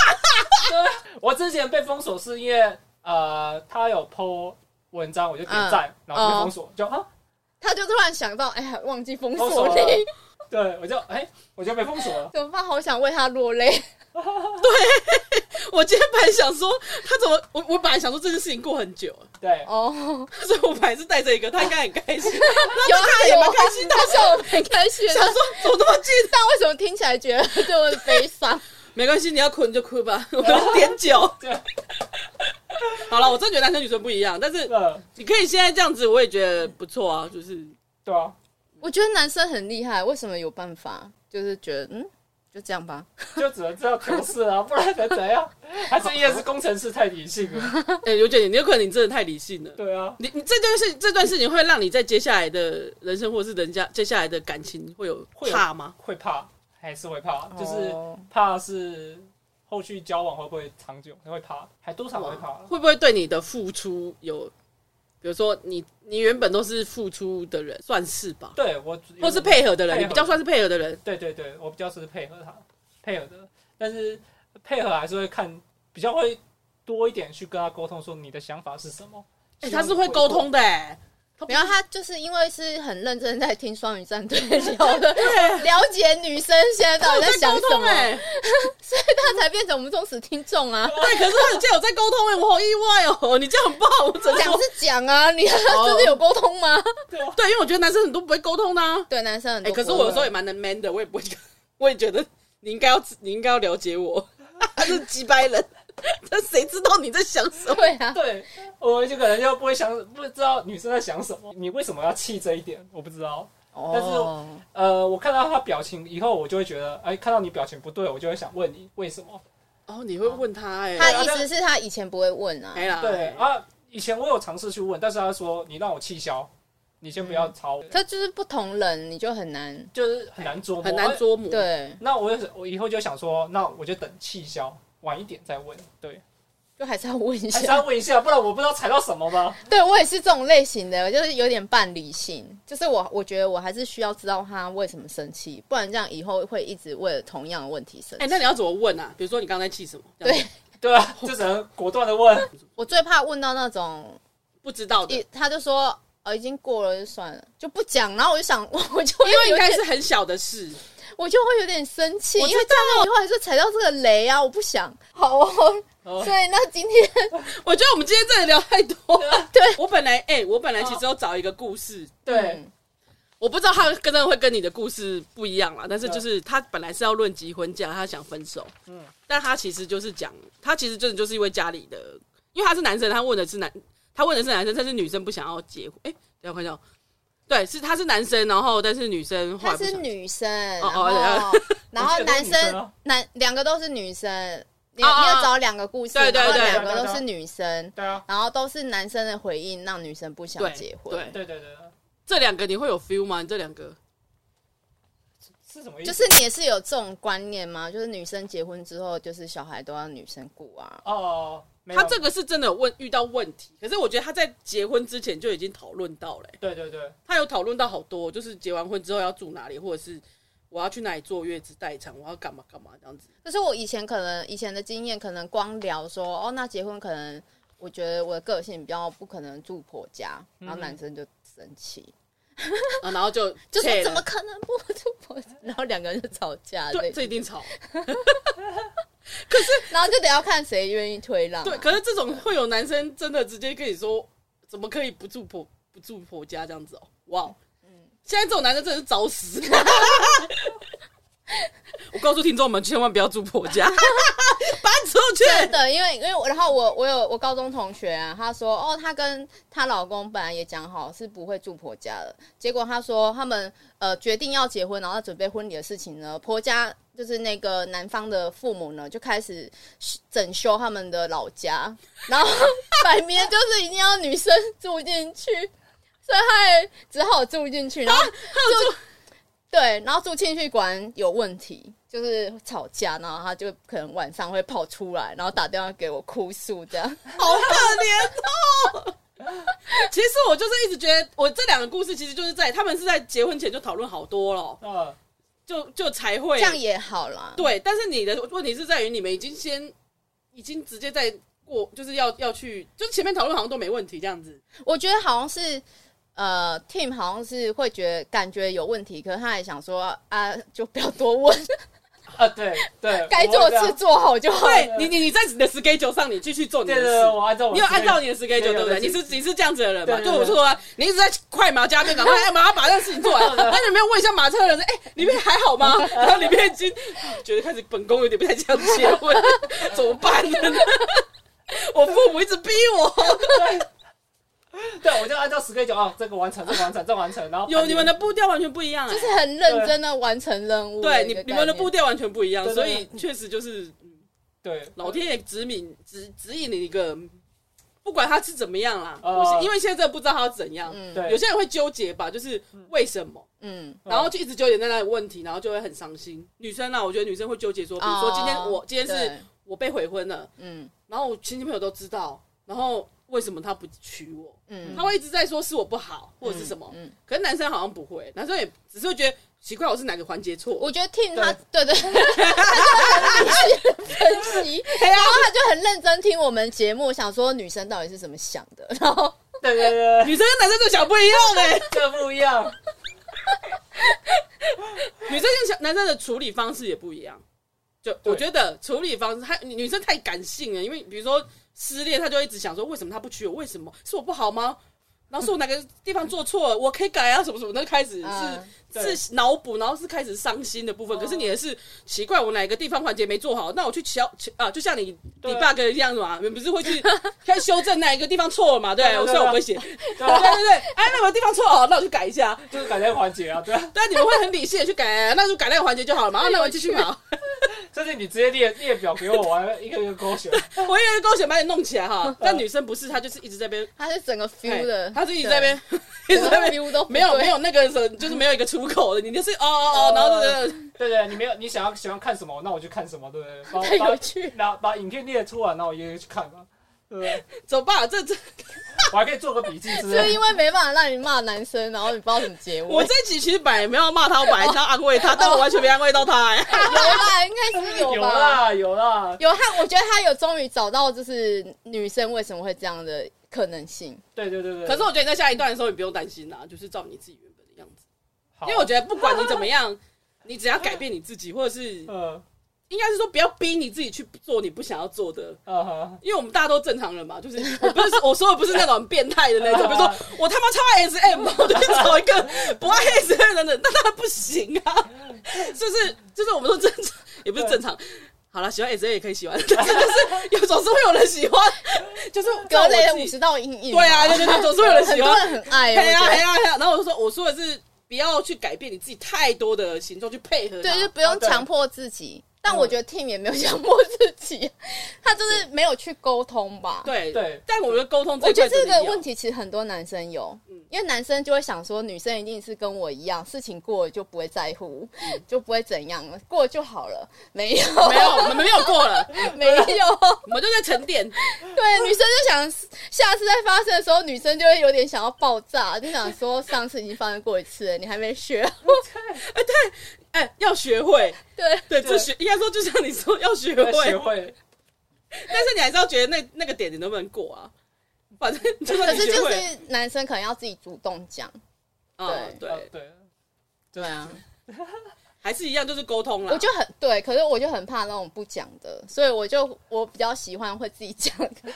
我之前被封锁是因为呃，他有 po 文章，嗯我就点赞，然后就被封锁，就啊他就突然想到，哎呀，忘记封封锁锁了你，对我就哎、我就被封锁了。怎么办？好想为他落泪。 我今天本来想说，他怎么我我本来想说这件事情过很久了，对，哦，所以我本来是带着一个，他应该很开心，有他啊也有蛮啊，开心 的。但是我蛮开心 想的。说怎么那么近？但为什么听起来觉得这么悲伤？没关系，你要哭你就哭 吧，我们点酒。对， 好了，我真的觉得男生女生不一样，但是呃，你可以现在这样子，我也觉得不错啊。就是对啊，我觉得男生很厉害，为什么有办法？就是觉得嗯，就这样吧。 就只能这样调试啊，不然能 怎样？还是也是工程师太理性了。哎、刘姐，你有可能你真的太理性了。对啊，你你这件事这段事情会让你在接下来的人生，或是人家接下来的感情会有会有怕吗？会怕，还是会怕，就是哦怕是后续交往会不会长久，会怕，还多少会怕。会不会对你的付出有，比如说你你原本都是付出的人，算是吧，对我，或是配合的人，配合你比较算是配合的人。对对对，我比较是配合他，配合的，但是配合还是会看，比较会多一点去跟他沟通，说你的想法是什么。哎、他是会沟通的、哎，没有，他就是因为是很认真在听双语战队聊 的，啊了解女生现在到他底有在在想沟什通么，哎、他才变成我们忠实听众啊。对，可是他竟然有在沟通哎、我好意外哦、你这样很棒， 我哦只能讲说是讲啊，你真的有沟通吗？对啊，对，因为我觉得男生很多不会沟通的、啊，对，男生很哎、多。啊可是我有时候也蛮能 man 的，我也不会，我也觉得你应该要你应该要了解我， 他是几百人，这谁知道你在想什么？对啊，对，我就可能就不会想，不知道女生在想什么，你为什么要气这一点，我不知道。但是哦，呃，我看到他表情以后，我就会觉得，哎，看到你表情不对，我就会想问你为什么。哦，你会问他哎、他欸，的意思是他以前不会问啊。没啦，对啊，以前我有尝试去问，但是他说你让我气消，你先不要吵，可就是不同人，你就很难就是很难捉摸，哎很难捉摸。，对，那我就我以后就想说，那我就等气消，晚一点再问。对，就还是要问一还是下要。问一下，不然我不知道踩到什么吗？对我也是这种类型的，就是有点半理性，就是我我觉得我还是需要知道他为什么生气，不然这样以后会一直为了同样的问题生哎、气。那你要怎么问啊？比如说你刚才气什么？这样对对啊，就只能果断的问。我最怕问到那种不知道的，一因他就说哦已经过了就算了，就不讲，然后我就想 我就会为应有点该是很小的事。我就会有点生气，我因知为这样以后还是踩到这个雷啊，我不想。好哦，哦 所以那今天我觉得我们今天真的聊太多了。对我本来哎、我本来其实要找一个故事，嗯对，我不知道他跟真的会跟你的故事不一样啦，但是就是他本来是要论及婚嫁，他想分手，嗯，但他其实就是讲，他其实真的就是因为家里的，因为他是男生，他问的是男，他问的是男生，但是女生不想要结婚。哎、等一下我看一下哦，对，是他是男生，然后但是女生后来她不想是女生，哦然哦后 然后我记得男都是女生生啊男两个都是女生，你你哦哦哦有找两个故事，对对然后对两个对对都对是女生，对啊，然后都是男生的回应让女生不想对结婚，对，对对对，对这两个你会有 feel 吗？你这两个是什么意就思？是你也是有这种观念吗？就是女生结婚之后，就是小孩都要女生顾啊。哦，没有他这个是真的有问遇到问题，可是我觉得他在结婚之前就已经讨论到了、欸对对对，他有讨论到好多，就是结完婚之后要住哪里，或者是我要去哪里坐月子待产，我要干嘛干嘛这样子。可是我以前可能以前的经验，可能光聊说哦，那结婚可能我觉得我的个性比较不可能住婆家，嗯然后男生就生气，啊，然后就就说切了怎么可能不住婆家， 然后两个人就吵架，对，对，这一定吵。然后就得要看谁愿意推让啊、对，可是这种会有男生真的直接跟你说，怎么可以不住婆不住婆家这样子哦？哇、嗯现在这种男生真的是找 死。我告诉听众们，千万不要住婆 家，搬出真去。的，因为因为我，然后我我有我高中同学啊，她说哦，她跟她老公本来也讲好是不会住婆家的，结果她说他们呃决定要结婚，然后准备婚礼的事情呢，婆家就是那个男方的父母呢就开始整修他们的老家，然后摆明了就是一定要女生住进去，所以她也只好住进去，然后就。对，然后住进去果然有问题，就是吵架，然后他就可能晚上会跑出来，然后打电话给我哭诉这样。好可怜哦。其实我就是一直觉得，我这两个故事其实就是在他们是在结婚前就讨论好多了，呃，就就才 会这样也好啦。对，但是你的问题是在于你们已经先已经直接在过，就是要要去，就是前面讨论好像都没问题这样子。我觉得好像是呃，Tim 好像是会觉得感觉有问题，可是他也想说啊，就不要多问，啊，对对， 该做的事做好就好。对你，你你在你的 schedule 上，你继续做你对的对事对，。我按照我你有按照你的对 schedule 对不对？对你是你是这样子的人嘛？对对对对我说啊，你一直在快马加鞭，赶快哎，马上把这个事情做完。但是没有问一下马车的人说，哎，里面还好吗？然后里面已经觉得开始本宫有点不太想结婚，怎么办呢？ 我父母一直逼 我，对，我就按照十 K 九啊，这个完成，这个完成，这个完成，然后有你们的步调完全不一样，哎就是很认真的完成任务。对你你们的步不，调完全不一样，对对所对以确实就是对老天爷指引指指引你一个，不管他是怎么样啦，呃我是因为现在真的不知道他要怎样，嗯对有些哦人会纠结吧，就是为什么，嗯，然后就一直纠结在那里问题，然后就会很伤心。女生啊，我觉得女生会纠结说，比如说今天我、哦今天是对我被悔婚了，嗯然后我亲戚朋友都知道，然后为什么他不娶我？嗯，他会一直在说是我不好或者是什么，嗯，可是男生好像不会，男生也只是会觉得奇怪，我是哪个环节错？我觉得 Tim 他 对对，他就很理性分析，啊然后他就很认真听我们节目，想说女生到底是怎么想的，然后对对对，女生跟男生就想不一样哎、这不一样，女生跟小男生的处理方式也不一样。就对我觉得处理方式，她女女生太感性了，因为比如说失恋，她就一直想说为什么他不娶我？为什么是我不好吗？然后是我哪个地方做错了？我可以改啊，什么什么的，开始嗯是、对哦是脑补，然后是开始伤心的部分。可是你也是奇怪，我哪个地方环节没做好？那我去瞧瞧啊，就像你对 debug 一样嘛，你不是会 去看修正哪一个地方错了嘛？对，对对我虽然对我不会写，对 对吧？对对，哎，那个地方错哦，那我去改一下。就是感觉环节啊，对啊，但你们会很理性的去改，那就改那个环节就好了 哎嘛。啊那我继续嘛，甚至你直接列列表给我，我还一个一个勾选，我也勾选把你弄起来 哈。但女生不是，她就是一直在那边，他是整个 feel 哎的，她是一直在那边， 一对直在那整个边， feel 都没有没有，有那个什么，就是没有一个出口的，你就是哦哦哦，然后就是对对，你没有你想要喜欢看什么，那我就看什么，对不对？把太有把趣。拿把影片列出来，那我一个一个去看嘛，对不对？走吧，这这我还可以做个笔记之是不是类因的。为没办法让你骂男生，然后你不知道怎么结我尾？这一集其实本来也没有要骂他，我本来是要安慰他，但我完全没安慰到他，哎，有啦，应该是 有有吧。啦有啦，有他，我觉得他有终于找到，就是女生为什么会这样的可能性。对对对对。可是我觉得你在下一段的时候，你不用担心啦，就是照你自己原本的样子，好，嗯因为我觉得不管你怎么样，你只要改变你自己，或者是嗯应该是说不要逼你自己去做你不想要做的嗯哼，因为我们大家都正常人嘛，就是我不是我说的不是那种很变态的那 种，比如说我他妈超爱 SM，我就去找一个不爱 SM 的人，那当然不行啊， 就是就是我们都正常，也不是正常。好了，喜欢 SM 也可以喜欢， 但是就是有总是会有人喜 欢，就是在格我雷的自五己十道阴影。对啊，对对对，总是会有人很喜多欢，人很爱嘿呀欸。我嘿觉得呀嘿呀，然后我就说我说的是不要去改变你自己太多的行动去配合它，对，就嗯不用强迫自己。但我觉得 Tim 也没有强迫自己， 他就是没有去沟通吧。对对但我觉得沟通我一觉块得这真的个要问题其实很多男生有嗯，因为男生就会想说，女生一定是跟我一样，事情过了就不会在乎，就不会怎样了，过了就好 了。没有，没有，我们没有过了， 没有，我们就在沉淀。对，女生就想下次再发生的时候，女生就会有点想要爆炸，就想说上次已经发生过一次了，你还没学。哎、要学会， 对，对，对这学应该说就像你说要学要会， 学会，但是你还是要觉得那那个点你能不能过啊？反正就算可你是学就会，是男生可能要自己主动讲。啊对啊对，对，对啊，还是一样就是沟 通啦。我就很对，可是我就很怕那种不讲的，所以我就我比较喜欢会自己讲 的，因为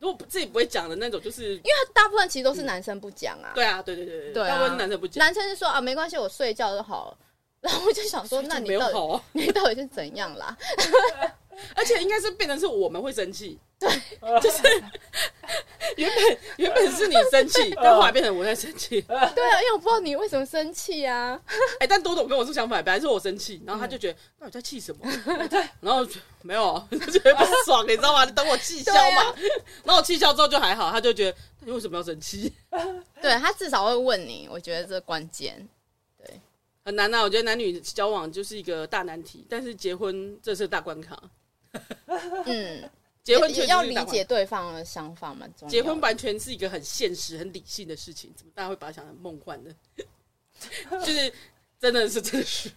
如果自己不会讲的那种，就是大部分其实都是男生不讲啊。对啊，对对对对啊大部分男生不讲，男生就说啊，没关系，我睡觉就好了。然后我就想说，那没你有到底好啊， 你到底是怎样啦？而且应该是变成是我们会生气，对，就是原本原本是你生 气，但后来变成我在生气。对啊，因为我不知道你为什么生气啊。哎、但多多跟我是相反，本来是我生气，然后他就觉得、那我在气什么？然后我就没有啊，他觉得不爽，你知道吗？你等我气消对嘛。啊然后我气消之后就还好，他就觉得那你为什么要生气？对啊他至少会问你，我觉得这关键。很难啊，我觉得男女交往就是一个大难题，但是结婚这是大关卡。嗯，结婚确实也是大要关理卡解，对方的想法蛮重要的。结婚完全是一个很现实、很理性的事情，怎么大家会把它想成梦幻的？就是真的是真的是，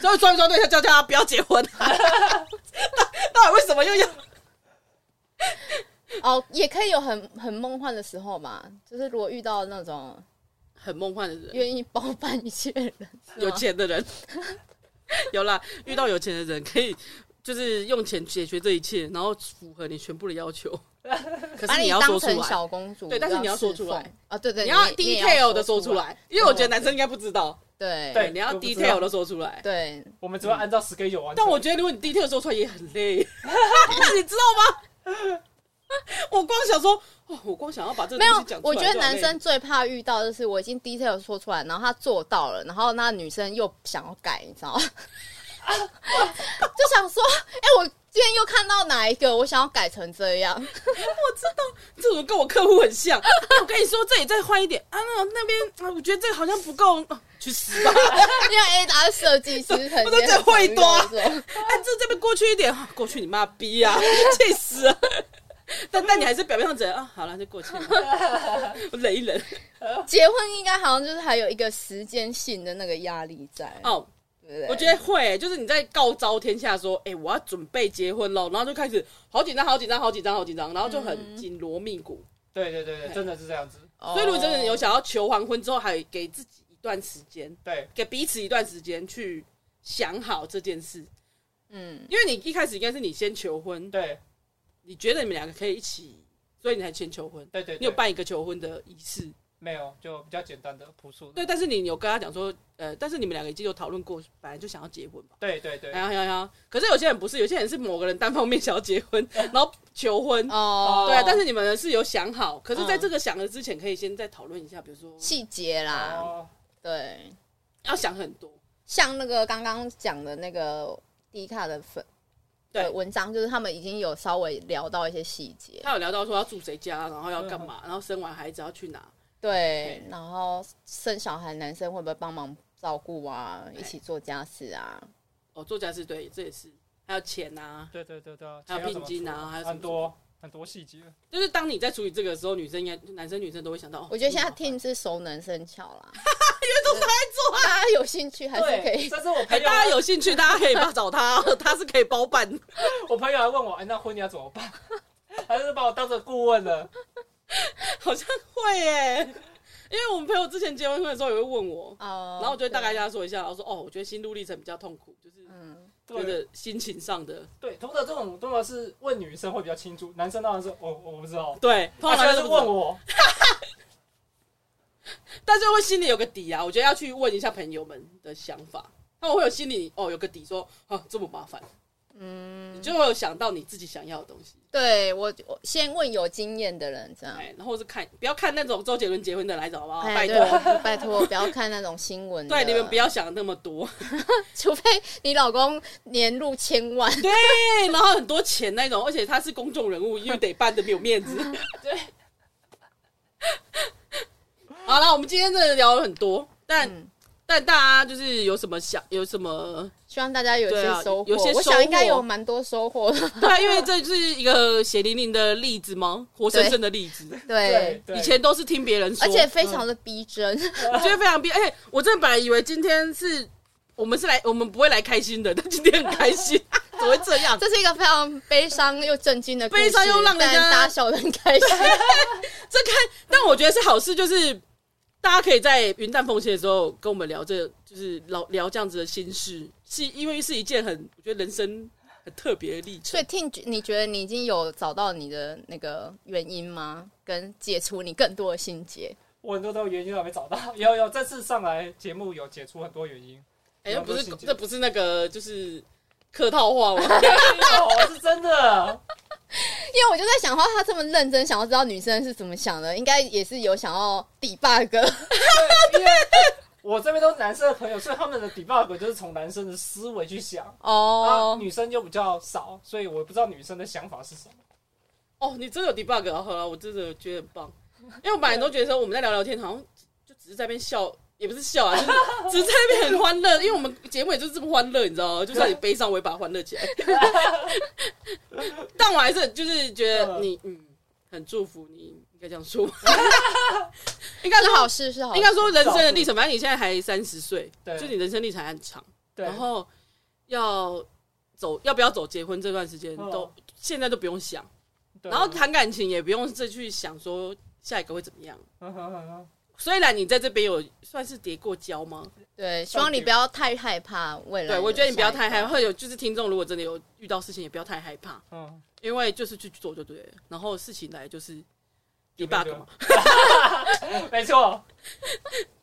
所以装一装对象叫叫他不要结婚、啊，到到底为什么又要？哦，也可以有很很梦幻的时候嘛，就是如果遇到那种很梦幻的人，愿意包办一切人，是有吗钱的人，嗯 有啦，遇到有钱的人可以。就是用钱解决这一切，然后符合你全部的要求。 可把是你要说当出成来，小公主，对但是你要说侍出来奉啊，对对，你要你也 detail 的说说出，来，因为我觉得男生应该不知道。对对你要我不知道 detail 的说出来。对，我们只要按照 schedule 完成。但我觉得如果你 detail 说出来也很累， 你知道吗？ 我光想说，哦，我光想要把这个没东有西讲，出我来觉就得很累。男生最怕遇到就是我已经 detail 说出来，然后他做到了，然后那女生又想要改，你知道吗？ 就想说，哎、我今天又看到哪一个，我想要改成这样，这种跟我客户很像。 哎我跟你说，这里再换一点啊，那那边啊，我觉得这个好像不够，啊去死吧！因为 A 达是设计师，很我都真会多多，哎，这这边过去一点， 啊过去你妈逼啊， 气死了！ 但但你还是表面上觉得啊，好了，就过 去了，我忍一 忍。结婚应该好像就是还有一个时间性的那个压力在，哦，对不对？我觉得会、就是你在告昭天下说，哎、我要准备结婚喽，然后就开始好紧张，好紧张，好紧张，好紧张，然后就很紧锣密鼓。对对对对，真的是这样子。哦，所以如果真的有想要求完婚之后，还给自己一段时间，对，给彼此一段时间去想好这件事，嗯，因为你一开始应该是你先求婚，对你觉得你们两个可以一起，所以你才先求婚。对对对，你有办一个求婚的仪式，没有？就比较简单的朴素的。对，但是你有跟他讲说，呃，但是你们两个已经有讨论过，本来就想要结婚吧。对对对哎呀哎呀哎呀！可是有些人不是，有些人是某个人单方面想要结婚， 然后求婚。哦，对啊，但是你们是有想好，可是在嗯这个想的之前，可以先再讨论一下，比如说细节啊啦，哦，对，要想很多。像那个刚刚讲的那个迪卡的粉。对的文章，就是他们已经有稍微聊到一些细节，他有聊到说要住谁家，然后要干嗯嘛，然后生完孩子要去哪。对，然后生小孩男生会不会帮忙照顾啊，一起做家事啊，哦，做家事对，这也是还有钱啊，对对对对啊，还有钱要怎聘么金付啊，还有什很么。多很多细节。就是当你在处理这个的时候，女生应该男生女生都会想到。哦我觉得现在这么 team 是熟能生巧 啦，因为都是他在做、大家有兴趣还是可以。这是我麻烦朋哎友啊，大家有兴趣，大家可以帮找 他，他是可以包办的。我朋友还问我，哎，那婚礼要怎么办？ 他就是把我当成顾问了。 好像会耶，因为我们朋友之前结完婚的时候也会问我，哦然后我就会大概对跟他说一下，然后说哦，我觉得心路历程比较痛苦，就是嗯，觉对得心情上的。对，通常这种通常是问女生会比较清楚，男生当然是我我不知道。啊对，通他现在常是就问我，我，但是会心里有个底啊。我觉得要去问一下朋友们的想法，他们会有心里哦有个底说，哦这么麻烦，嗯，你就会有想到你自己想要的东西。对我我先问有经验的人这样。哎，然后是看不要看那种周杰伦结婚的来找好不好？哦哎拜对托，我拜托，不要看那种新 闻。对你们不，要想那么多。除非你老公年入千万，对，然后很多钱那种，而且他是公众人物，又得办的没有面子。对， 好了，我们今天真的聊了很多，但、嗯但大家就是有什么想，有什么 希望大家有一对些啊收获。有些我收获想应该有蛮多收 获的。对啊，因为这是一个血淋淋的例子吗？活生生的例子。对，对哎以前都是听别人说，而且非常的逼真。我觉得非常逼。而且我真的本来以为今天是我们是来，我们不会来开心的，但今天很开心，怎么会这样？ 这是一个非常悲伤又震惊的故事，悲伤又让人家但大家笑得很开心。这看，但我觉得是好事，就是大家可以在云淡风轻的时候跟我们聊这，就是聊聊这样子的心事，是因为是一件很我觉得人生很特别的历 程所以。听，你觉得你已经有找到你的那个原因吗？跟解除你更多的心结？我很多都原因都还没找到。 有有，这次上来节目有解除很多 原因。哎、这不是很多细节这不是那个就是客套话 吗？没有，是真的。因为我就在想，说他这么认真，想要知道女生是怎么想的，应该也是有想要 debug。对，因为我这边都是男生的朋友，所以他们的 debug 就是从男生的思维去想，啊，哦，女生就比较少，所以我不知道女生的想法是什么。哦，你真的有 debug 啊！好了，我真的觉得很棒，因为我本来都觉得说我们在聊聊天，好像就只是在那边笑，也不是笑啊，就是只是在那边很欢乐，因为我们节目也就是这么欢乐，你知道吗？就算你悲伤，我也把它欢乐起来。 但我还是就是觉得你，嗯，很祝福你，应该这样说，应该是好说，事，是好事应。该说人生的历程，反正你现在还三十岁，对就你人生历程还很长。对，然后要走要不要走结婚这段时间嗯都、现在都不用想，对啊然后谈感情也不用再去想说下一个会怎么样，嗯哼嗯哼虽然你在这边有算是跌过跤吗？ 对，希望你不要太害怕未来。对，我觉得你不要太害怕，。或者有就是听众如果真的有遇到事情，也不要太害怕，嗯，因为就是去做就对了。然后事情来就是有 debug 嘛，嗯没错，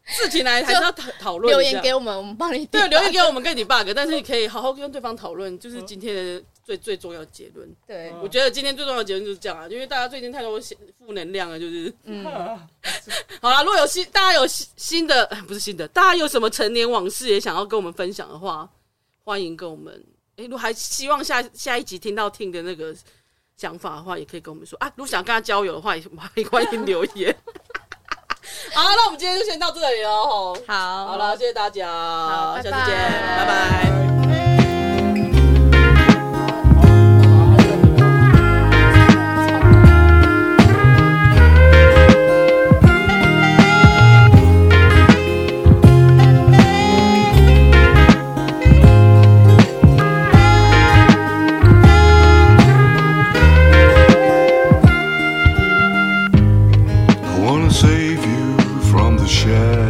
事情来还是要讨讨论留一下言。给我们，我们帮你对，点留言给我们跟 debug，但是你可以好好跟对方讨论，就是今天的最最重要的结论。对，嗯我觉得今天最重要的结论就是这样啊，因为大家最近太多负能量了，就是嗯，好啦，如果有新大家有新新的哎不是新的，大家有什么陈年往事也想要跟我们分享的话，欢迎跟我们。哎、如果还希望下下一集听到听的那个想法的话，也可以跟我们说啊。如果想跟他交友的话，也欢迎留言。 好，那我们今天就先到这里了吼。好，好了，谢谢大家，好拜下次拜见，拜拜 I wanna save you from the shadow.